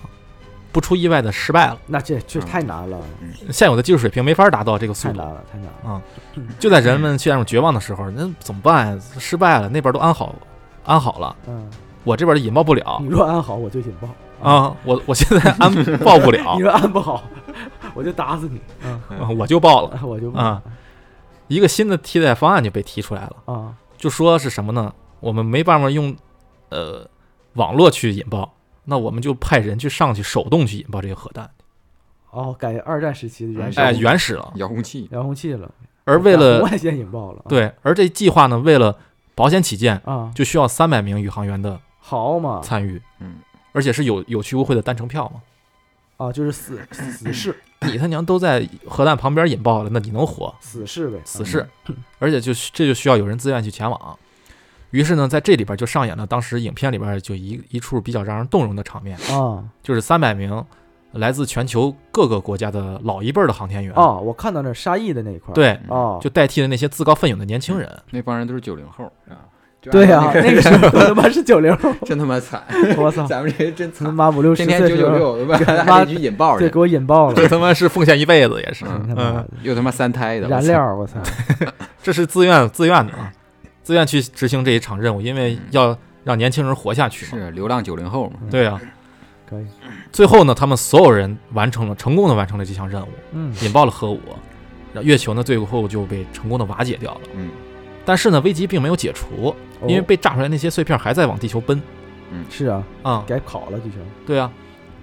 不出意外的失败了。
那这这太难了，
现有的技术水平没法达到这嗯个速
太
度
难。了，太难了。
就在人们陷入绝望的时候，那怎么办呀？失败了，那边都安好安好了，
嗯，
我这边就引爆不了
你若安好，我就引爆；
啊！我我现在安爆不 了
你，若安不好，我就打死你。 嗯，
啊我就爆了。
我就
啊一个新的替代方案就被提出来了，
啊
就说是什么呢？我们没办法用呃网络去引爆，那我们就派人去上去手动去引爆这个核弹。
哦，改二战时期的原
哎，
始
原始了。
遥控器，
遥控器了，
而为
红
了
外线引爆 了，
对，而这计划呢，为了保险起见，
啊，
就需要三百名宇航员的
好嘛，
参与，
嗯，
而且是有有去无回的单程票嘛。
啊，就是死死士
你他娘都在核弹旁边引爆了，那你能活？
死士呗，
死士，而且就这就需要有人自愿去前往。于是呢，在这里边就上演了当时影片里边就一一处比较让人动容的场面，
啊，
就是三百名来自全球各个国家的老一辈儿的航天员，
哦，我看到那沙溢的那一块儿，
对，
哦，
就代替了那些自告奋勇的年轻人。
那帮人都是九零后啊，
对呀、那个时候他妈是九零后，
真他妈惨，
我操，
咱们这人真
他
惨，
妈五六十
天天
岁
九
时
九
候，
六，他
他
妈
妈
还得去引爆
对，
人
给，我引爆了
这，他妈是奉献一辈子也是，
嗯
嗯
他妈的
又他妈三胎的，我
燃
操，
料，我操，
这是自愿自愿的啊，自愿去执行这一场任务，因为
嗯
要让年轻人活下去嘛。
是流浪九零后嘛，
对啊，
可以，
最后呢，他们所有人完成了，成功的完成了这项任务，
嗯，
引爆了核武，然后月球呢最后就被成功的瓦解掉了。
嗯
但是呢，危机并没有解除，因为
哦
被炸出来那些碎片还在往地球奔
是啊，
啊、
该跑了地球，
对啊，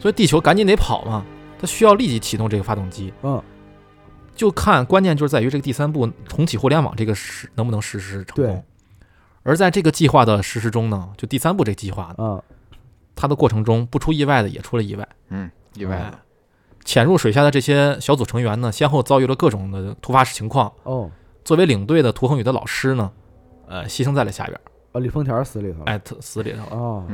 所以地球赶紧得跑嘛，它需要立即启动这个发动机。
嗯，
就看关键就是在于这个第三步重启互联网这个实能不能实施成
对
功。而在这个计划的实施中呢，就第三步这计划，
啊，
它的过程中不出意外的也出了意外。
嗯，意外了，
潜入水下的这些小组成员呢，先后遭遇了各种的突发情况。
哦，
作为领队的涂恒宇的老师呢，呃，牺牲在了下边，
哦，李丰田死里头了，
哎，他死里头了。
哦，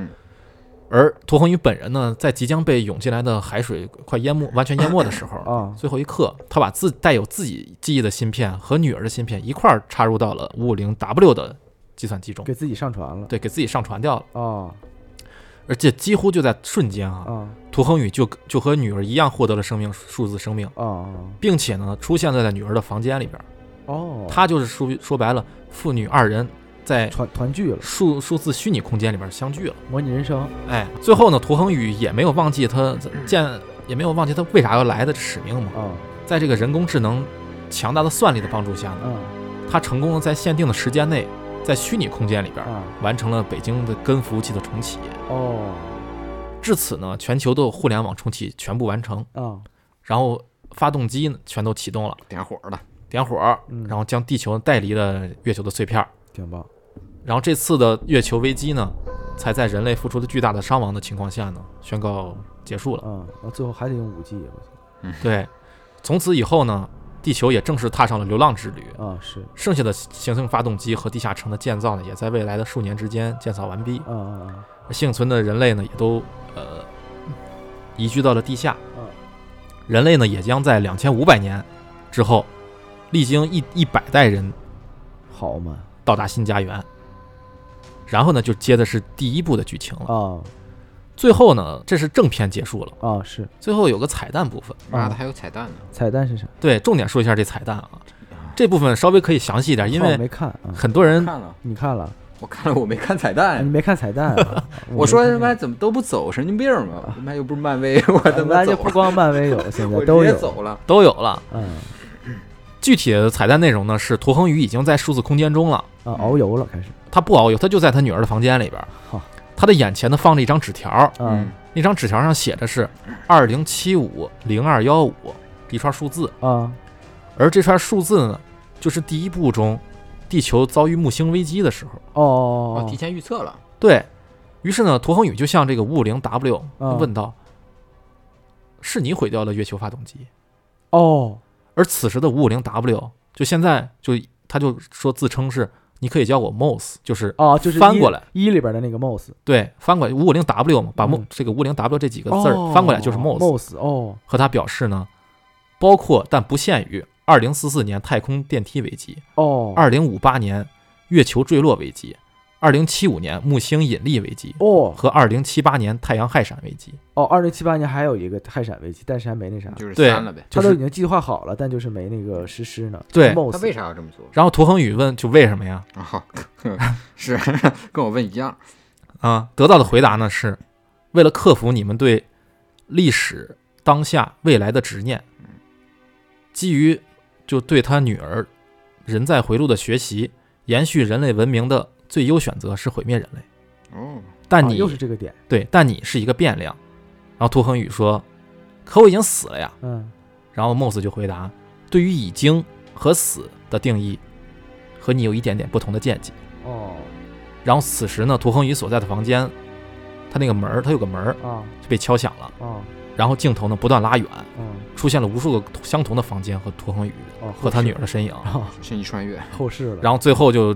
而涂恒宇本人呢，在即将被涌进来的海水快淹没、完全淹没的时候，
啊，
最后一刻，他把自带有自己记忆的芯片和女儿的芯片一块儿插入到了五五零 W 的计算机中
给，自己上传了，
对，给自己上传掉了。
哦，
而且几乎就在瞬间啊，
啊，
涂恒宇就就和女儿一样获得了生命数字生命，
哦，哦
并且呢，出现在了女儿的房间里边。
哦，
他就是说说白了，父女二人在
团团聚了，
数数字虚拟空间里边相聚了。
模拟人生，
哎，最后呢，涂恒宇也没有忘记他见，也没有忘记他为啥要来的使命嘛。
啊，
在这个人工智能强大的算力的帮助下呢，
啊，
他成功的在限定的时间内，在虚拟空间里边
啊，
完成了北京的根服务器的重启。
哦，
至此呢，全球的互联网重启全部完成，
啊，
然后发动机呢全都启动了，
点火了，
点火，
嗯
然后将地球带离了月球的碎片儿。
挺棒，
然后这次的月球危机呢，才在人类付出的巨大的伤亡的情况下呢，宣告结束了。
啊，啊，最后还得用五 G，我操，
对，从此以后呢，地球也正式踏上了流浪之旅。
啊，是，
剩下的行星发动机和地下城的建造呢，也在未来的数年之间建造完毕。
啊啊
幸存的人类呢，也都呃移居到了地下。
啊，
人类呢，也将在两千五百年之后，历经一一百代人
好嘛，
到达新家园。然后呢，就接的是第一部的剧情了。
啊
最后呢，这是正片结束了，
啊是，
最后有个彩蛋部分。
妈的还有彩蛋呢，
彩蛋是啥？
对，重点说一下这彩蛋啊，这部分稍微可以详细一点，因
靠我
为
没看啊，
很多人
看了，
你看了？
我看了，我没看彩
啊
蛋
你。没看彩蛋啊？
哎我说他
什
妈
么？
怎么都不走，神经病吗？他妈又不是漫威， 我他妈
咱就
走
不
了，
光漫威有，现
我
在都
直接
有。
走了。
都有了。
嗯
具体的彩蛋内容呢，是涂恒宇已经在数字空间中了，
啊，遨游了开始
他不遨游，他就在他女儿的房间里边
好。
他的眼前呢放着一张纸条，
嗯
啊
那张纸条上写着是二零七五零二幺五一串数字，
啊
而这串数字呢，就是第一部中地球遭遇木星危机的时候。
哦
哦，
哦
提前预测了，
对于是呢，涂恒宇就向这个五五零 W
嗯
问道：“是你毁掉了月球发动机
哦哦？”
而此时的五五零 W 就现在就他就说自称是你可以叫我 Mos，就是
哦，就是
翻
一
过来
一里边的那个 Moss
对翻过来五五零 W 嘛，把 Mos、
嗯哦
这个五零 W 这几个字儿翻过来就是 Mos，、
Moss 哦
和他表示呢，包括但不限于二零四四年太空电梯危机、
哦
二零五八年月球坠落危机、二零七五年木星引力危机
哦
和二零七八年太阳氦闪危机。
哦，二零七八年还有一个泰闪危机，但是还没那啥，
就是
对
删了呗。
就
他都
是
已经计划好了，但就是没那个实施呢。
对
他
Moss
为啥要这么做？
然后涂恒宇问：“就为什么呀
啊，是跟我问一样，？”
啊，得到的回答呢是，为了克服你们对历史、当下、未来的执念，基于就对他女儿人在回路的学习，延续人类文明的最优选择是毁灭人类。
哦，
但
啊
你、
又是这个点
对，但你是一个变量。然后涂恒宇说：“可我已经死了呀。
嗯
然后 Moss 就回答：“对于已经和死的定义，和你有一点点不同的见解。
哦”
然后此时呢，涂恒宇所在的房间，他那个门儿，他有个门儿
啊
就被敲响了，
啊
然后镜头呢不断拉远，
嗯
出现了无数个相同的房间和涂恒宇
哦
和他女儿的身影，
啊
瞬息穿越，
后世了，
然后最后就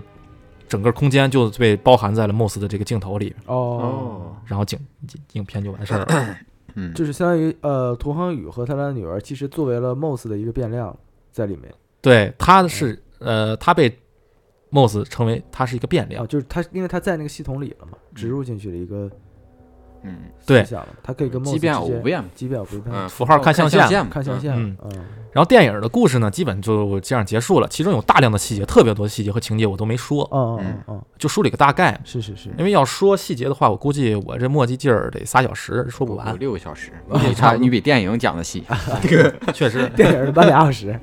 整个空间就被包含在了 Moss 的这个镜头里，
哦，
然后景景影片就完事儿了。
嗯，
就是相当于呃，涂恒宇和他的女儿其实作为了 Moss 的一个变量在里面
对，他是呃，他被 Moss 称为他是一个变量
啊，，就是他因为他在那个系统里了嘛，植入进去了一个
嗯
对
思想了，他可以跟 Moss
畸变
之
偶
间
变嘛，
畸变偶不变，
嗯，
符号看象
象
限
嘛
看象
嗯
限了，
然后电影的故事呢，基本就这样结束了。其中有大量的细节，特别多的细节和情节我都没说，
嗯嗯嗯嗯，
就梳理个大概。
是是是，
因为要说细节的话，我估计我这墨迹劲儿得仨小时说不
有
完。
六个小时，
嗯
你差你比电影讲的细，
确实，
电影儿半俩小 时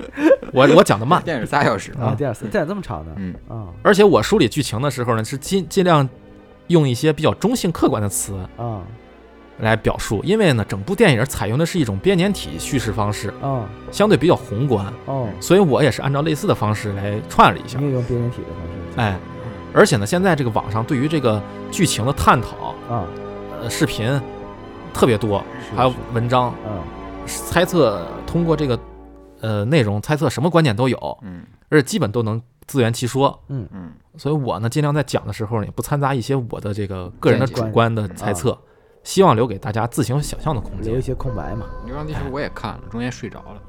我我讲的慢，
电影仨 小时
啊，电影儿电影儿这么长呢，
嗯
啊
而且我梳理剧情的时候呢，是尽尽量用一些比较中性客观的词
啊
来表述，因为呢，整部电影采用的是一种编年体叙事方式，
啊
相对比较宏观，
哦，
所以我也是按照类似的方式来串了一下
你。也用编年体的方式，
哎，而且呢，现在这个网上对于这个剧情的探讨，
啊，
呃，视频特别多，
是
还有
是
文章
啊
猜测，通过这个呃内容猜测什么观点都有，
嗯
而且基本都能自圆其说。
嗯
所以我呢，尽量在讲的时候呢，也不掺杂一些我的这个个人的
见
主
解
观的猜测，希望留给大家自行想象的空
留一
间。
些空白嘛，
嗯，流浪地球我也看了，中间睡着了，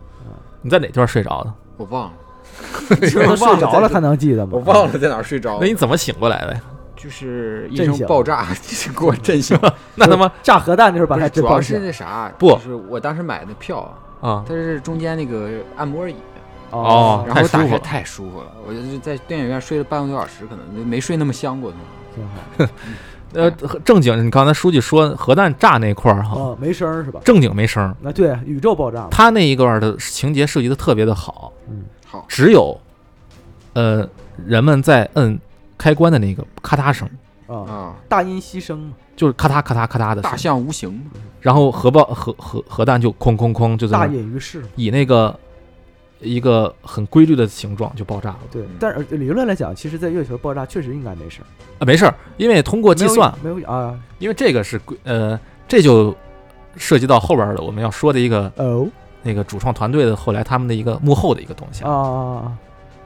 你在哪地方睡着的？
我忘了，
睡着了
在
还能记得啊吗？
我忘了在哪儿睡着
那，你怎么醒过来的呀？
就是一
震
声
醒
爆炸 给我震醒，
那他妈
炸核弹那时候把
不
他
是
真
主
爆
要是
醒
那啥，
不
就是我当时买的票啊，
啊
它是中间那个按摩椅，
哦
然后
太
我
舒
打
服
开
了
太舒服了，我就是在电影院睡了半个多小时，可能没睡那么香过。
挺好，
呃，正经，你刚才书记说核弹炸那块儿哈，
哦，没声儿是吧？
正经没声儿。
那对，啊宇宙爆炸嘛，
他那一段的情节设计的特别的好，
嗯，
好，
只有，呃，人们在摁开关的那个咔嗒声，
啊，
啊，
大音希声嘛，
就是咔嗒咔嗒咔嗒的
大
声，
象无形，
然后核爆核核核弹就空空空，就在
大
那
隐于市嘛，
以那个一个很规律的形状就爆炸了
对
嗯。
但是理论来讲，其实在月球爆炸确实应该没事儿，
啊，没事儿，因为通过计算，
没有没有啊，
因为这个是规呃，这就涉及到后边儿的我们要说的一个
哦
那个主创团队的后来他们的一个幕后的一个东西
啊，啊，啊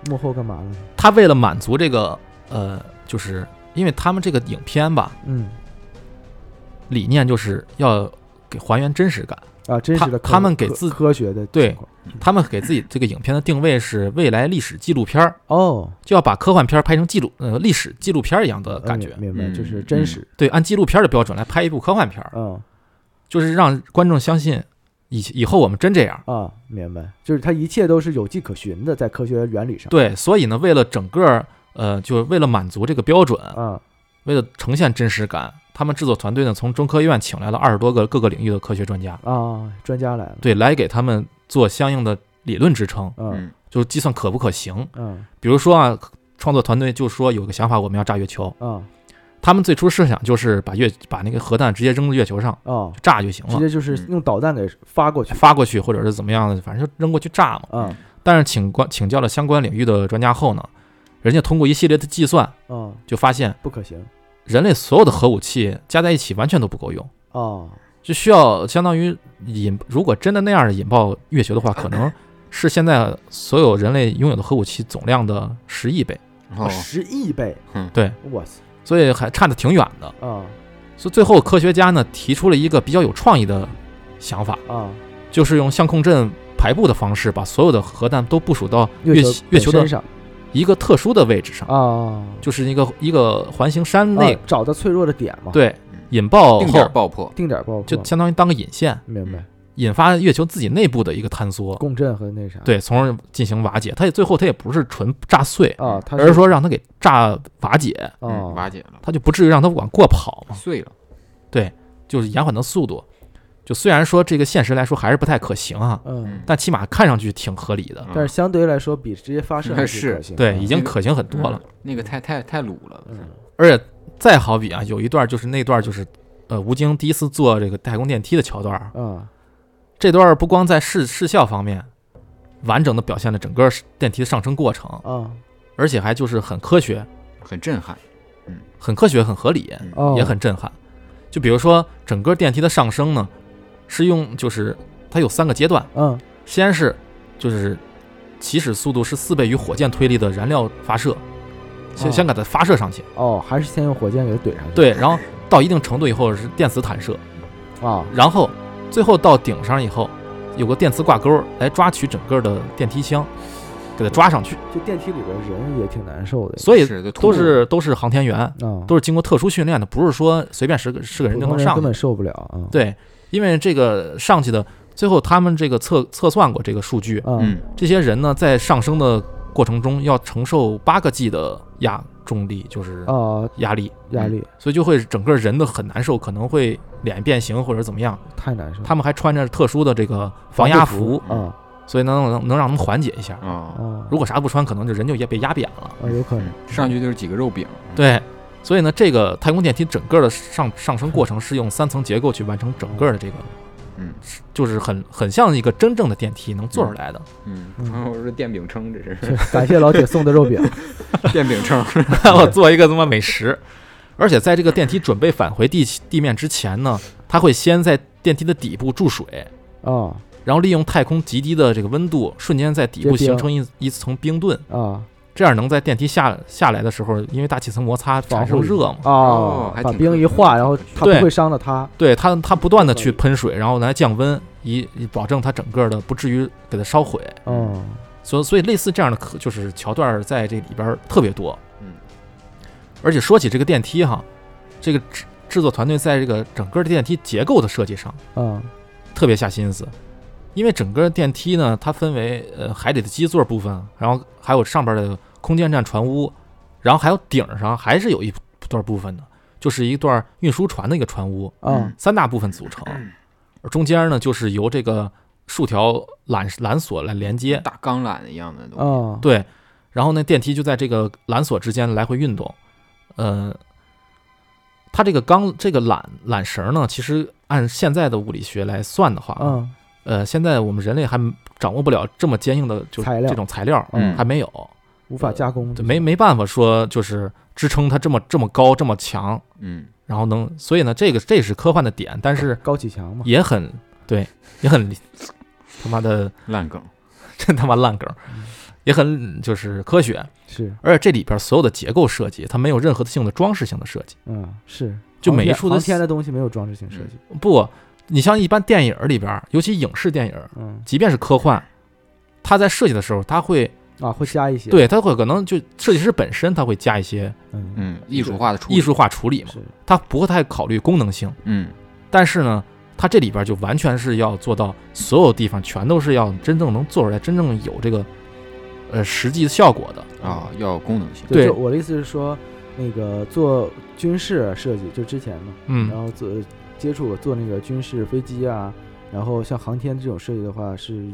幕后干嘛呢？
他为了满足这个呃，就是因为他们这个影片吧，
嗯
理念就是要给还原真实感。
啊，真实
他
的科
他们给
科
自
科学的
对
情况
他们给自己这个影片的定位是未来历史纪录片儿，
哦
就要把科幻片儿拍成纪录呃历史纪录片儿一样的呃感觉
嗯。明白，
嗯
就是
嗯
真实，
对，按纪录片儿的标准来拍一部科幻片儿，
嗯
就是让观众相信以以后我们真这样。
啊，明白，就是它一切都是有迹可循的，在科学原理上，
对，所以呢，为了整个呃，就是为了满足这个标准，
啊
为了呈现真实感，他们制作团队呢从中科院请来了二十多个各个领域的科学专家，
啊，专家来了，
对，来给他们做相应的理论支撑，
嗯
嗯
就是计算可不可行。
嗯
比如说啊，创作团队就说有个想法，我们要炸月球。
啊
他们最初设想就是把月把那个核弹直接扔到月球上就，
啊
炸就行
直
了，
接就是
嗯
用导弹给发过去，
发过去或者是怎么样的，反正就扔过去炸嘛。
啊
但是请关请教了相关领域的专家后呢，人家通过一系列的计算，
啊，
就发现
不可行
人类所有的核武器加在一起完全都不够用，
啊，
就需要相当于引，如果真的那样的引爆月球的话，可能是现在所有人类拥有的核武器总量的十亿倍，
哦，
十亿倍，
嗯
对，
我操
所以还差得挺远的。
啊
所以最后科学家呢提出了一个比较有创意的想法，
啊，
就是用相控阵排布的方式，把所有的核弹都部署到月
球
月球
本
的
身上
一个特殊的位置上，
啊，
就是一个一个环形山内
啊，找到脆弱的点嘛，，
对
哎嗯
引爆
定
后
点爆嗯破，
定点爆破，
就相嗯当于当个引线，
明白，
引发月球自己内部的一个坍缩，
共振和那啥，
对，从而进行瓦解。它也最后它也不是纯炸碎，
啊，它
嗯而是说让它给炸瓦解，
啊
嗯，瓦解了，
它就不至于让它往过跑嘛，
碎了，
就是延缓它速度。就虽然说这个现实来说还是不太可行啊，
嗯，
但起码看上去挺合理的，
嗯
但是相对来说比直接发射还
是
可行的，
嗯对，已经可行很多了。
嗯那个太太太鲁了，
嗯
而且再好比啊，有一段就是那段就是，呃，吴京第一次坐这个太空电梯的桥段儿，
啊
这段儿不光在视视效方面完整的表现了整个电梯的上升过程，
啊
而且还就是很科学、
很震撼。
很科学、很合理，
哦，
也很震撼。就比如说整个电梯的上升呢，是用就是它有三个阶段，
嗯
先是就是起始速度是四倍于火箭推力的燃料发射，先
哦
先给它发射上去，
哦，还是先用火箭给它怼上去。
对，然后到一定程度以后是电磁弹射，
啊
然后最后到顶上以后有个电磁挂钩来抓取整个的电梯箱，给它抓上去。
就电梯里边人也挺难受的。
所以
是就突
都
兀
是都是航天员，
啊，
都是经过特殊训练的，不是说随便是个是个人
普
就
通
能
人
上
根
去
本。受不了啊。
对，因为这个上去的，最后他们这个测测算过这个数据，
嗯，
嗯，
这些人呢在上升的过程中要承受八个 G 的压重力，就是
啊，
压力，
压力
所以就会整个人的很难受，可能会脸变形或者怎么样。
太难受。
他们还穿着特殊的这个防
嗯防
压
护
服，
啊
所以能能能让他们缓解一下。
哦，
啊，
如果啥都不穿，可能就人就也被压扁了。
啊有可能
嗯上去就是几个肉饼。
对，所以呢，这个太空电梯整个的上上升过程是用三层结构去完成整个的这个，
嗯，
就是很很像一个真正的电梯能做出来的。
嗯，
嗯
我说电饼铛，这是
嗯
确实 感谢老铁送的肉饼。
电饼铛。
我做一个他妈美食，而且在这个电梯准备返回地地面之前呢，它会先在电梯的底部注水，
啊
然后利用太空极低的这个温度，瞬间在底
结
部
冰
形成一一层冰盾，
啊，
这样能在电梯下下来的时候，因为大气层摩擦
防
产生
护
热嘛，
哦
哦，还
把
挺
冰一
科学
化，然后它不
对
会伤到它。
对它它不断的去喷水，然后来降温，以以保证它整个的不至于给它烧毁。
嗯
所以所以类似这样的可就是桥段儿在这里边儿特别多。
嗯，
而且说起这个电梯哈，这个制制作团队在这个整个的电梯结构的设计上
嗯
特别下心思，因为整个电梯呢，它分为呃海底的基座部分，然后还有上边的空间站船坞，然后还有顶上还是有一段部分的，就是一段运输船的一个船坞，
啊
三大部分组成，而中间呢就是由这个数条缆缆索来连接，
大钢缆一样的东西。
啊，
对，然后呢，电梯就在这个缆索之间来回运动。呃，它这个钢这个缆缆绳呢，其实按现在的物理学来算的话，
嗯
呃，现在我们人类还掌握不了这么坚硬的就
材料
这种材料，
嗯
还没有，
无法加工
就，没没办法说就是支撑它这么这么高这么强，
嗯，
然后能，所以呢，这个这是科幻的点，但是
高启强嘛。
也很对，也很 他妈的
烂梗。
真他妈烂梗儿，也很就是科学。
是，
而且这里边所有的结构设计，它没有任何的性的装饰性的设计。
嗯是，
就
航
每一
天
处的
航天的东西没有装饰性设计。
不，你像一般电影里边，尤其影视电影，
嗯
即便是科幻，它在设计的时候，它会
啊，会加一些。，
对它会可能就设计师本身他会加一些
嗯
嗯，艺术化的处理
艺术化处理嘛，
是
他不会太考虑功能性。
嗯
但是呢，它这里边就完全是要做到所有地方全都是要真正能做出来，真正有这个呃实际效果的。
啊，要有功能性。
就
对
就我的意思是说，那个做军事设计，就之前嘛，然
嗯，
后做接触做那个军事飞机啊，然后像航天这种设计的话是。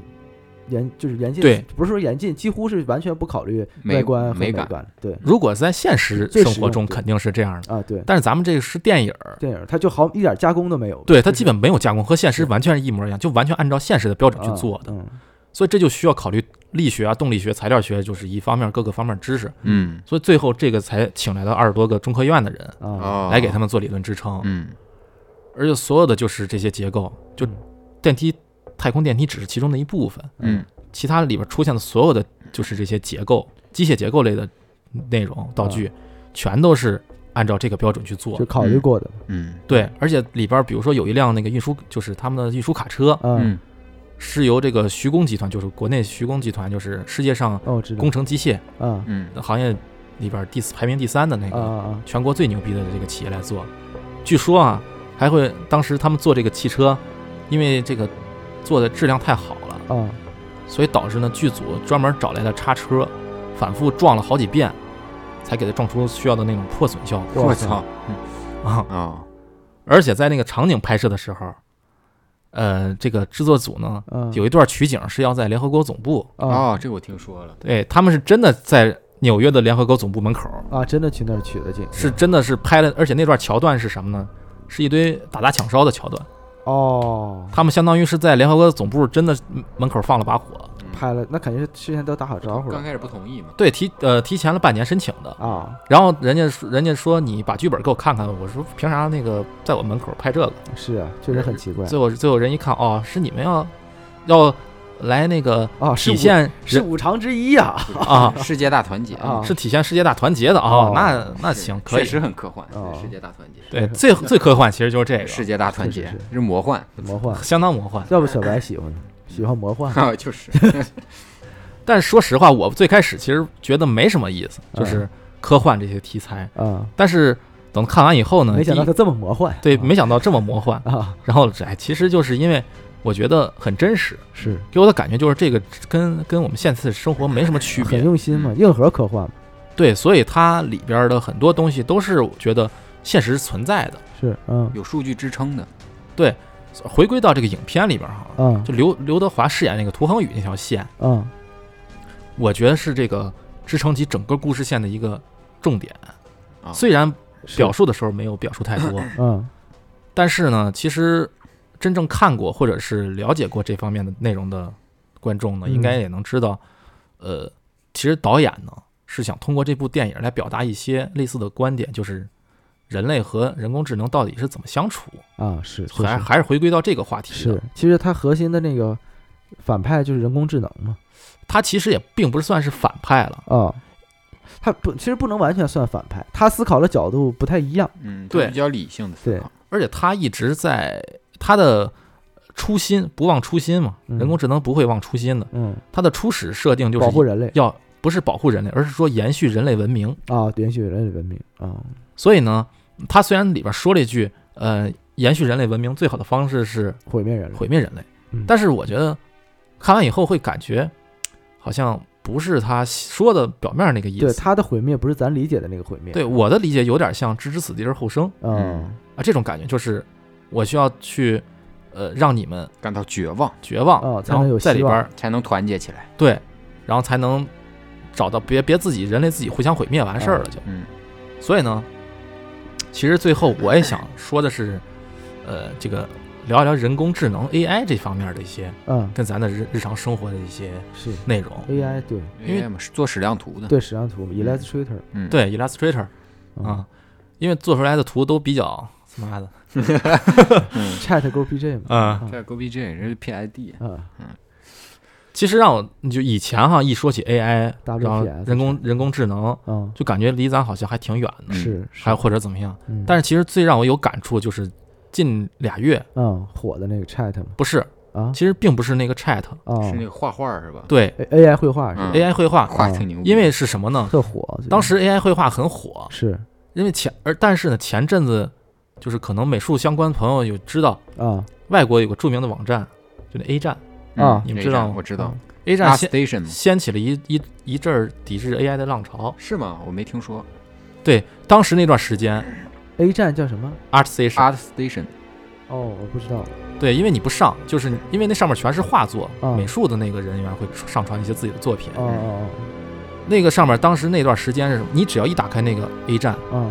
严就是严禁，
对，
不是说严禁，几乎是完全不考虑
美
外观和
美
感
感
的。对
如果在现实
最
生
实
活
用
中
对
肯定是这样的，
啊，对，
但嗯是咱们这个是电影儿。
电影它就毫一点加工都没有，
对，
就
它
是
基本没有加工，和现实
对
完全是一模一样，就完全按照现实的标准去
啊
做的，
嗯
所以这就需要考虑力学啊、动力学、材料学，就是一方面各个方面知识。
嗯
所以最后这个才请来了二十多个中科院的人
啊，
哦，
来给他们做理论支撑，
嗯
而且所有的就是这些结构，就
嗯
电梯、太空电梯只是其中的一部分，
嗯
其他里边出现的所有的就是这些结构、机械结构类的内容道
啊
具，全都是按照这个标准去做
就。考虑过的，
嗯
对，而且里边比如说有一辆那个运输，就是他们的运输卡车，
嗯，
嗯
是由这个徐工集团，就是国内徐工集团，就是世界上
哦，我知道
工，程机械
啊
嗯
行业里边第四排名第三的那
啊啊
个，
啊，
全国最牛逼的这个企业来做。据说啊，还会当时他们做这个汽车，因为这个做的质量太好了，
啊，
所以导致呢剧组专门找来了叉车，反复撞了好几遍，才给它撞出需要的那种破损效果
我
我
操
操！
啊。
啊，
而且在那个场景拍摄的时候，呃，这个制作组呢
嗯，
有一段取景是要在联合国总部。
啊
哦，这个我听说了。
对他们是真的在纽约的联合国总部门口，
啊，真的去那儿取的景，
是真的是拍了，而且那段桥段是什么呢？是一堆打砸抢烧的桥段，
哦，
他们相当于是在联合国总部真的门口放了把火，
拍了，那肯定是之前都打好招呼
刚
了
开始不 同意嘛，
对，提呃提前了半年申请的。
啊，
然后人家说人家说你把剧本给我看看，我说凭啥那个在我门口拍这个？
是啊，确实很奇怪
最后最后人一看，哦，是你们要要来那个
啊，是
体
五
现
是
人
五常之一啊，
啊
世界大团结
啊
是体现世界大团结的
哦
哦，那那行可
确
以，
实很科幻，
哦
对世界大团结，
对，最最科幻其实就是这
世
个，
界大团结
是是
是魔幻，
魔幻，
相当魔幻。
要不小白喜欢呢，喜欢魔
啊
幻
啊 就是
但是说实话，我最开始其实觉得没什么意思，
嗯
就是科幻这些题材。
啊，
但是等看完以后呢，
没想
嗯
到
第
他
一
这么魔幻，
对，
啊
没想到这么魔幻。
啊，
然后哎，其实就是因为我觉得很真实，
是
给我的感觉就是这个跟跟我们现在的生活没什么区
很
别。
用心嘛，硬核科幻嘛
对，所以它里边的很多东西都是我觉得现实存在的。
是，嗯
有数据支撑的，
回归到这个影片里边哈，
嗯
就刘刘德华饰演那个涂恒宇那条线，
嗯，
我觉得是这个支撑起整个故事线的一个重点
啊。
虽然
是
表述的时候没有表述太多，
嗯
但是呢，其实真正看过或者是了解过这方面的内容的观众呢，
嗯
应该也能知道，呃，其实导演呢是想通过这部电影来表达一些类似的观点，就是人类和人工智能到底是怎么相处，
啊是，确
还
实
还是回归到这个话题的
是。，其实它核心的那个反派就是人工智能嘛。
他其实也并不是算是反派了，
啊、他不，其实不能完全算反派，他思考的角度不太一样。
嗯，它
对
比较理性的思
啊
考，
而且他一直在他的初心不忘初心嘛，
嗯
人工智能不会忘初心的。
嗯，
它的初始设定就是
保护人类
要不是保护人类，而是说延续人类文明。
啊，延续人类文明啊，
所以呢，他虽然里边说了一句，呃，延续人类文明最好的方式是
毁灭人类。
毁灭人类
嗯，
但是我觉得看完以后会感觉好像不是他说的表面那个意
对
思。
他的毁灭不是咱理解的那个毁灭。
对我的理解有点像置之死地而后生
啊，
嗯
啊，这种感觉就是我需要去，呃，让你们
感到绝望
绝望，
哦才
然
能有
后在
希
里
望
边儿
才能团结起来，
对，然后才能找到别别自己人类自己互相毁灭完事
哦
儿了就。
嗯，
所以呢，其实最后我也想说的是，呃，这个聊一聊人工智能 AI 这方面的一些
嗯，
跟咱的日日常生活的一些
是
内容。
AI 对
因为
AI 嘛是做矢量图的，
对矢量图 Illustrator
嗯，
对 Illustrator
嗯
啊，因为做出来的图都比较他妈的，
Chat GPG 嘛
嗯，
这 GoBG 这是 PID，
啊，
其实让我你就以前哈一说起 AI，
WPS
然后人工人工智能，
啊
就感觉离咱好像还挺远
嗯
的，
是
还或者怎么样。
嗯
嗯但是其实最让我有感触就是近俩月，
嗯火的那个 Chat 嘛
不是，
啊
其实并不是那个 Chat，
啊
是那个画画是吧？
对
A-，AI 绘画是吧
嗯
AI 绘画，
画挺牛逼，
因为是什么呢？
特火，
当时 AI 绘画很火，
是
因为前而但是呢，前阵子就是可能美术相关的朋友有知道，
啊
外国有个著名的网站，就那 A 站
啊
嗯
你们知道
我知道
，A 站
Art
先
Station 嘛
掀起了一一一阵儿抵制 AI 的浪潮。
是吗？我没听说
对，当时那段时间
A 站叫什么？
Art Station，
Art Station，
哦，我不知道
对，因为你不上，就是你因为那上面全是画作
啊，
美术的那个人员会上传一些自己的作品。
哦哦
那个上面当时那段时间是什么？你只要一打开那个 A 站，
哦啊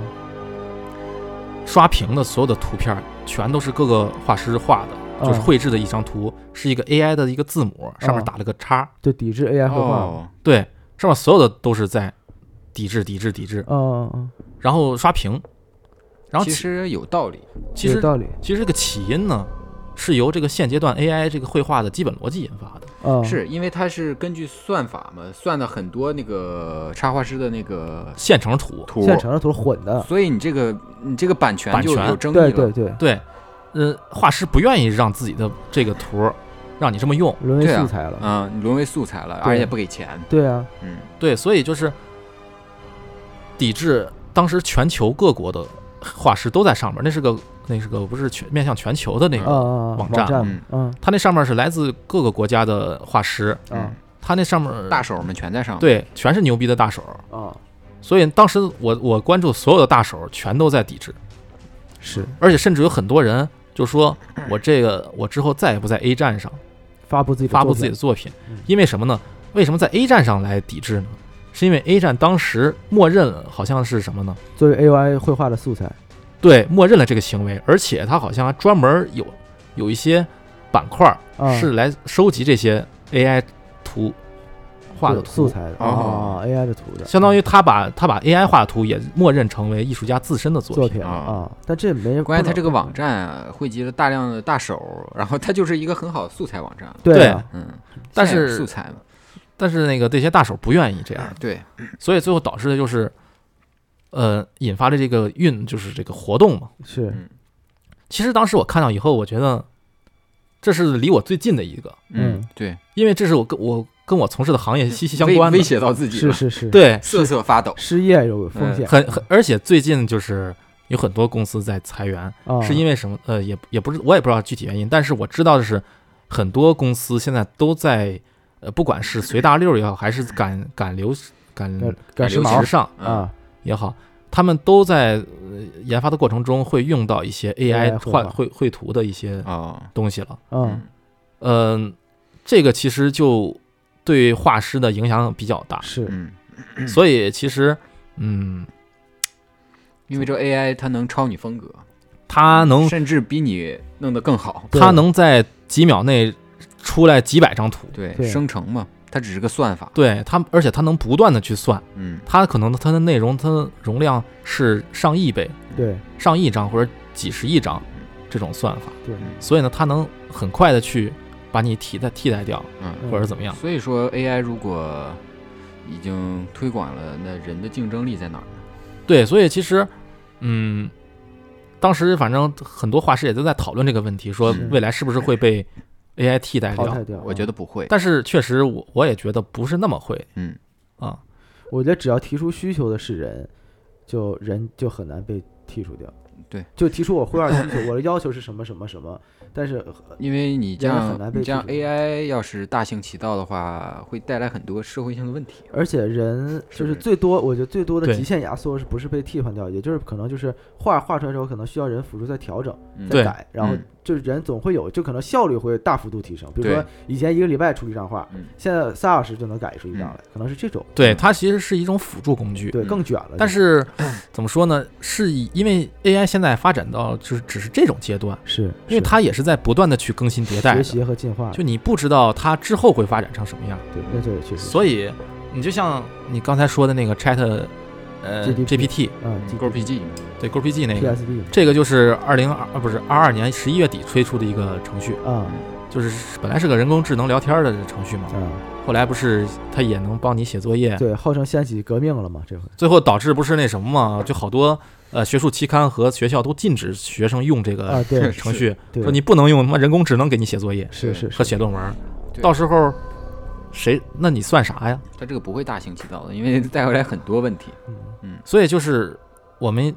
刷屏的所有的图片儿全都是各个画师画的，就是
嗯
绘制的一张图，是一个 AI 的一个字母，上面
嗯
打了个叉。
就抵制 AI 绘画嘛
哦，
对，上面所有的都是在抵制、抵制、抵制，
哦哦，
然后刷屏。然后
其实有道理，
其
有
实
道理
其实这个起因呢，是由这个现阶段 AI 这个绘画的基本逻辑引发的。
啊
是因为它是根据算法嘛，算的很多那个插画师的那个
现成图，
图，
现成的图混的，
所以你这个你这个版权
版
就
权
有争议
对
了，
对对，
对，呃，画师不愿意让自己的这个图儿让你这么用，
沦为
对啊
素材了。
嗯，你沦为素材了，
对
而且不给钱，
对啊，
嗯，
对，所以就是抵制当时全球各国的画师都在上面，那是个那是个不是全面向全球的那
啊
个，
啊，啊
嗯网
站
站
嘛，嗯
他那上面是来自各个国家的画师，
啊
他那上面
大手们全在上面，
对全是牛逼的大手，
嗯
啊，
所以当时我我关注所有的大手全都在抵制，
是
而且甚至有很多人就说
嗯
我这个我之后再也不在 A 站上
发布自己的
发布
作
自己的
品
作品
嗯，
因为什么呢？为什么在 A 站上来抵制呢？是因为 A 站当时默认了好像是什么呢？
作为 AI 绘画的素材
对，默认了这个行为，而且他好像还专门有有一些板块儿
啊
是来收集这些 AI 图画的
素
图，
材的
哦
啊，AI 的图的，
相当于他把他把 AI 画的图也默认成为艺术家自身的作
作
品。
品
啊
啊，但这没
关键它
不能
这个网站啊，汇集了大量的大手，然后它就是一个很好的素材网站。
对啊
嗯，
但
现在有
是
素材嘛，
但是那个这些大手不愿意这样，
嗯
对，
所以最后导致的就是，呃，引发的这个运就是这个活动嘛。
是
嗯
其实当时我看到以后，我觉得这是离我最近的一个，
嗯
嗯，对，
因为这是我跟我跟我从事的行业息息相
威
关的
威。胁到自己
是
了，呃
是是，，
对，
瑟瑟发抖。
失业有风险
很很，而且最近就是有很多公司在裁员，
啊，
是因为什么？呃，也也不是，我也不知道具体原因，但是我知道的是，很多公司现在都在，呃，不管是随大溜儿也好，还是赶赶流赶
赶
赶
赶时
流
髦
时尚
嗯，
啊，
也好，他们都在、呃、研发的过程中会用到一些 AI
绘
画
画
绘绘图的一些
哦，
东西了。
嗯，
嗯、这个其实就对画师的影响比较大，
是
嗯，
所以其实，嗯，
因为这 AI 它能抄你风格，
他能
甚至比你弄得更好。
对
他能在几秒内出来几百张图。
对，
对
生成嘛，它只是个算法。
对他，而且他能不断的去算，
嗯，
它可能它的内容它的容量是上亿倍、
嗯
对
上亿张或者几十亿张这种算法，
对，
所以呢，它能很快的去把你替代替代掉，
嗯，
嗯
或者怎么样。
所以说 AI 如果已经推广了，那人的竞争力在哪儿呢？
对，所以其实，嗯，当时反正很多画师也都在讨论这个问题，说
是
未来是不是会被 AI 替代
淘
掉
汰？掉。啊
我觉得，不会。
但是确实我我也觉得不是那么会
嗯，
啊，
我觉得只要提出需求的是人，就人就很难被剔除掉。
对，
就提出我绘画需求，我的要求是什么什么什么，但是
嗯因为你这
人
样
很难被
你这样
制止
AI 要是大行其道的话，会带来很多社会性的问题。
而且人
是
就是
不是
最多，我觉得最多的
对
极限压缩是不是被替换掉，也就是可能就是画画出来之后，可能需要人辅助再调整、
嗯
再
对
改，然后
嗯
就是人总会有，就可能效率会大幅度提升。比如说
对
以前一个礼拜出一张画
嗯，
现在仨小时就能改出一张来，可能是这种，
对，它其实是一种辅助工具。
对，
嗯
更卷了就。
但是 怎么说呢？是以因为 AI 现在发展到就是只是这种阶段，
是
因为它也是在不断的去更新迭代
学
的，
习和进化，
就你不知道它之后会发展成什么样，
对，那这个确实，
所以你就像你刚才说的那个 Chat，呃
GPT
，GPT
嗯
嗯
，G-
，GPG 嘛，
对 GPG 那个，
，PSD
这个就是二零二不是二二年十一月底推出的一个程序，
啊
就是本来是个人工智能聊天的程序
嗯
嘛，
啊，
后来不是它也能帮你写作业，
对，号称掀起革命了嘛，这回
最后导致不是那什么嘛，就好多呃学术期刊和学校都禁止学生用这
啊
个，
对
程序，
对，
呃说你不能用他妈人工智能给你写作业
是是
和
是，
写论文，
对
到时候谁那你算啥呀？
它这个不会大行其道的，因为带回来很多问题。
嗯
所以就是我们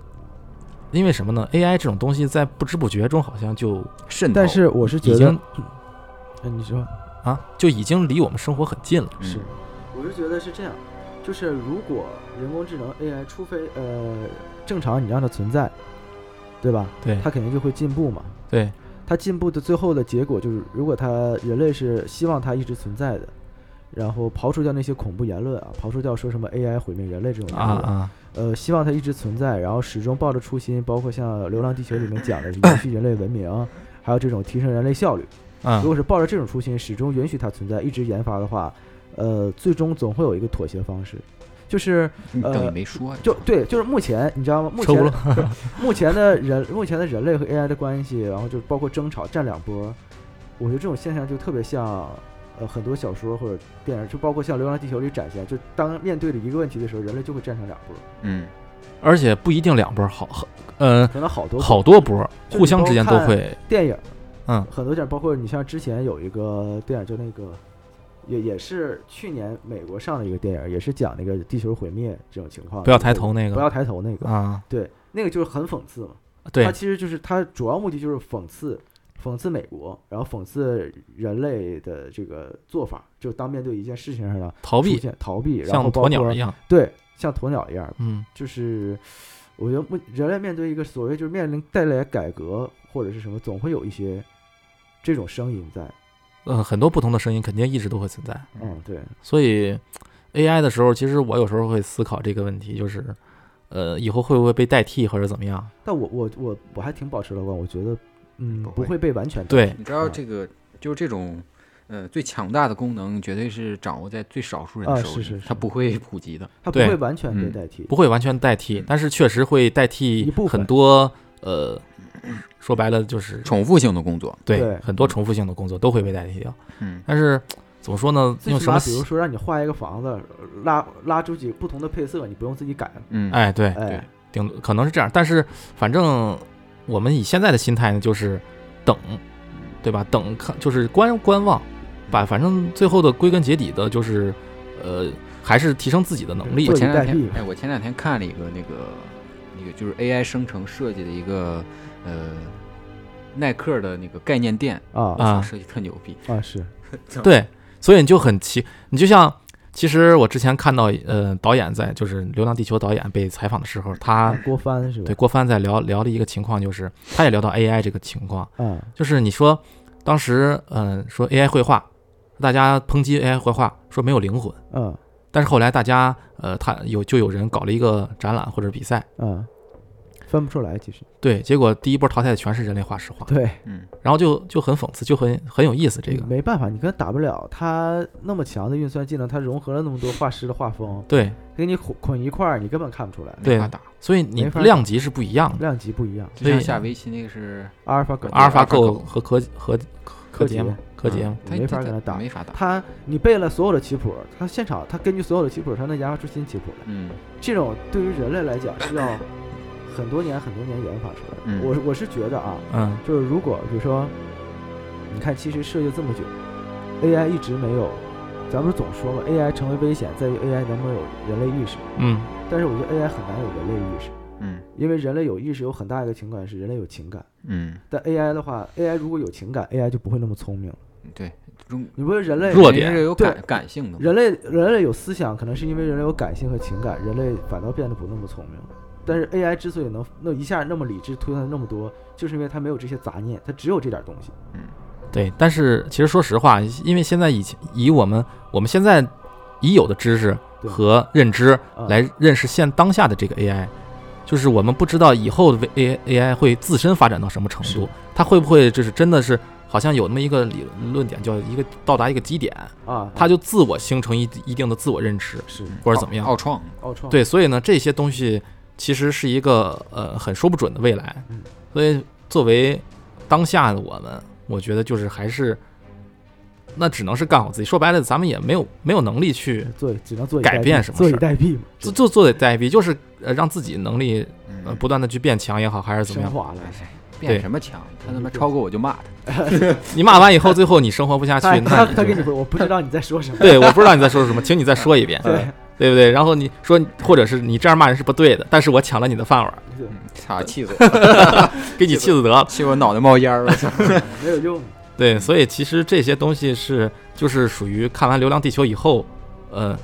因为什么呢？AI 这种东西在不知不觉中好像就
渗透，
但是我是觉
已
得
经，
哎你说。
啊就已经离我们生活很近了。
嗯
是，我是觉得是这样，就是如果人工智能 AI，除非呃正常你让它存在，对吧？
对
它肯定就会进步嘛。
对
它进步的最后的结果就是，如果它人类是希望它一直存在的，然后刨除掉那些恐怖言论啊，刨除掉说什么 AI 毁灭人类这种言
啊
论，
啊，
呃，希望它一直存在，然后始终抱着初心，包括像《流浪地球》里面讲的延续人类文明，还有这种提升人类效率。如
嗯
果是抱着这种初心，始终允许它存在，一直研发的话，呃，最终总会有一个妥协方式，就是
你嗯等于
呃
没说呀。
就对，就是目前你知道吗？目
车轱
前
辘
目前的 人，目前的人类和 AI 的关系，然后就是包括争吵占两波，我觉得这种现象就特别像。呃，很多小说或者电影，就包括像《流浪地球》里展现，就当面对着一个问题的时候，人类就会战成两波，
嗯，
而且不一定两波好，好呃，
可能好多
好多波
就
互相之间
你
都
包括
会
电影，
嗯
很多电影，包括你像之前有一个电影，就那个也也是去年美国上的一个电影，也是讲那个地球毁灭这种情况，
不要抬头那
不
个
要抬头那个，
啊，
对，那个就是很讽刺嘛。它
对
其实就是它主要目的就是讽刺，讽刺美国，然后讽刺人类的这个做法，就当面对一件事情上的
逃避
出现逃避，然后
像
包括
鸵鸟一样，
对，像鸵鸟一样，
嗯
就是我觉得目人类面对一个所谓就是面临带来改革或者是什么，总会有一些这种声音在。
呃，很多不同的声音肯定一直都会存在。
嗯，对，
所以 AI 的时候，其实我有时候会思考这个问题，就是，呃，以后会不会被代替或者怎么样？
但我我我我还挺保持乐观，我觉得嗯，
不
不
会
会被完全代
对
替
你知道
嗯
这个就是这种，呃，最强大的功能绝对是掌握在最少数人
啊
手
是
里，
是是
它不会普及的。
它不
对
会完全被
嗯
代替。
不会完全代替
嗯，
但是确实会代替
一部分
很多呃，说白了就是
重复性的工作，
对
对嗯
很多重复性的工作都会被代替掉。
嗯，
但是怎么说呢？
最
用
起
什
码，
么
比如说让你画一个房子，拉拉出几个不同的配色，你不用自己改了。
嗯，
哎，对，
哎，
顶可能是这样，但是反正我们以现在的心态呢，就是等，对吧？等看就是观观望，把反正最后的归根结底的就是，呃，还是提升自己的能力
我
做
前
以
两
代替
天，哎，我前两天看了一个那个那个就是 AI 生成设计的一个呃耐克的那个概念店，
啊
啊
设计特牛 逼，
啊是，
对，所以你就很奇，你就像，其实我之前看到，呃，导演在就是《流浪地球》导演被采访的时候，他
郭帆是吧？
对郭帆在聊聊的一个情况，就是他也聊到 AI 这个情况，
啊，
就是你说当时，嗯、说 AI 绘画，大家抨击 AI 绘画，说没有灵魂，
嗯
但是后来大家，呃，他有就有人搞了一个展览或者比赛，
嗯，分不出来其实。
对，结果第一波淘汰的全是人类画石画，
对，
嗯，
然后就就很讽刺，就很很有意思哦这个，
没办法，你跟他打不了。他那么强的运算技能，他融合了那么多画师的画风，
对
给你捆捆一块儿，你根本看不出来，
对
没法打，
所以你
没法
量级是不一样的。
量级不一样。
就像
对
下围棋那个是
阿尔法狗，
阿尔法狗
狗
和柯和柯洁嘛，柯洁嘛，
他
没法跟他打
没法打，
他你背了所有的棋谱，他现场他根据所有的棋谱，他能研发出新棋谱来。
嗯
这种对于人类来讲是要很多年很多年研发出来的。
嗯
我我是觉得啊，
嗯，
就是如果比如说，你看，其实设计这么久，AI 一直没有，咱不是总说嘛，AI 成为危险在于 AI 能不能有人类意识，
嗯，
但是我觉得 AI 很难有人类意识，
嗯
因为人类有意识有很大一个情感是人类有情感，
嗯，
但 AI 的话，AI 如果有情感，AI 就不会那么聪明了。
对，中
你不是人类，
弱
人
点
是有
对
感感性的嘛，
人类人类有思想，可能是因为人类有感性和情感，人类反倒变得不那么聪明了。但是 AI 之所以能那一下那么理智推断那么多，就是因为它没有这些杂念，它只有这点东西。
对。但是其实说实话，因为现在以前以我们我们现在已有的知识
对
和认知
啊
来认识现当下的这个 AI，就是我们不知道以后的 A AI 会自身发展到什么程度
是，
它会不会就是真的是好像有那么一个理论点，叫一个到达一个基点，
啊，
它就自我形成一一定的自我认知
是
或者怎么
哦
样
奥。奥创，
奥创，
对，所以呢，这些东西其实是一个呃很说不准的未来
嗯。
所以作为当下的我们，我觉得就是还是那只能是干好自己。说白了，咱们也没有没有能力去
做只能做以
改
代
变
币
什么
坐以
事儿
待毙嘛，
就就做得代币，就是呃让自己能力呃
嗯，
不断的去变强也好，还是怎么
升
样。
华了。
变
对
什么强？他他妈超过我就骂他，
你骂完以后，最后你生活不下去，
他
那
他
你
他给
就
你回，我不知道你在说什么。
对我不知道你在说什么，请你再说一遍，
对
对不对？然后你说，或者是你这样骂人是不对的，但是我抢了你的饭碗，
对，
操，啊气死我了，
给你气死得了。
气我脑袋冒烟儿 了，操
没有用。
对，所以其实这些东西是就是属于看完《流浪地球》以后，呃，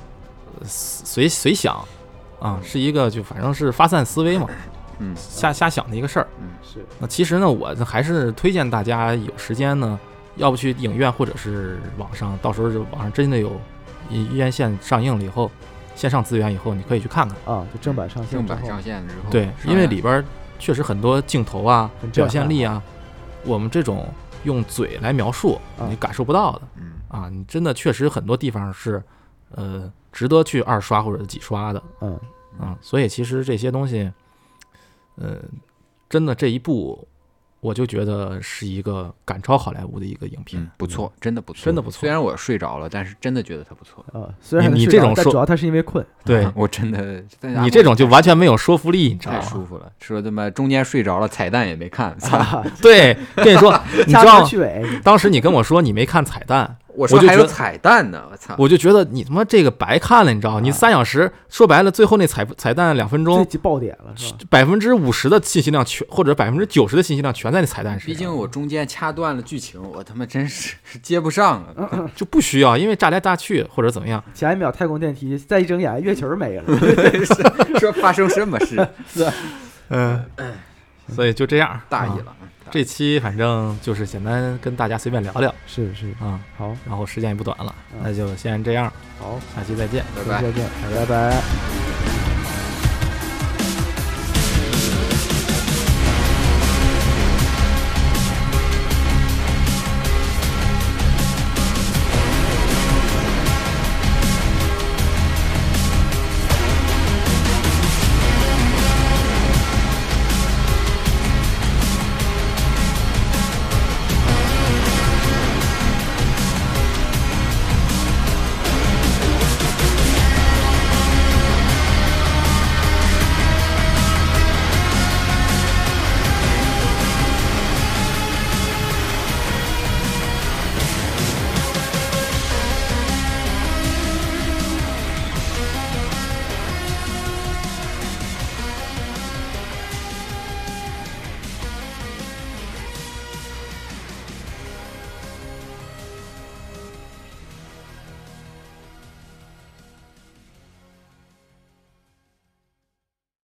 随随想啊，是一个就反正是发散思维嘛，
嗯
瞎瞎想的一个事儿。
是
那其实呢，我还是推荐大家有时间呢，要不去影院或者是网上，到时候就网上真的有院线上映了以后，线上资源以后，你可以去看看。
啊，就正版上线
正
之
版
后
上线了之后，
对，
上
因为
岸
里边儿确实很多镜头啊
很、
表
震撼
现力啊，我们这种用嘴来描述
啊
你感受不到的。
嗯
啊，你真的确实很多地方是，呃，值得去二刷或者几刷的
嗯，
啊。所以其实这些东西，呃，真的这一部，我就觉得是一个赶超好莱坞的一个影片。
嗯，不错，真的不错，
真的不错
虽然我睡着了，但是真的觉得它不错。
啊，虽然
你
他
你
睡
这
着
种
但
说
主要他是因为困，
对
我真的，在
啊
家
你
我
这种就完全没有说服力，你知道
太舒
吗？
服了。说他妈中间睡着了，彩蛋也没看，操！
对，跟你说， 你知
掐
道
头
吗？
去尾。
当时你跟我说你没看彩蛋，
我说
我就
还有
觉得
彩蛋呢，我操！
我就觉得你他妈这个白看了，你知道吗？
啊
你三小时，说白了，最后那彩彩蛋两分
这
钟，
集爆点了是吧？
百分之五十的信息量全，或者百分之九十的信息量全在那彩蛋上。
毕竟我中间掐断了剧情，我他妈真是接不上啊！
就不需要，因为炸来炸去或者怎么样，
前一秒太空电梯，再一睁眼月球没了。
说发生什么事，
嗯，所以就这样，
大意
啊。
了。嗯大意
这期反正就是简单跟大家随便聊聊
是是，
啊，
好
然后时间也不短了
嗯，
那就先这样，
好，
下期再见。
拜
下期
拜。
再见，拜拜。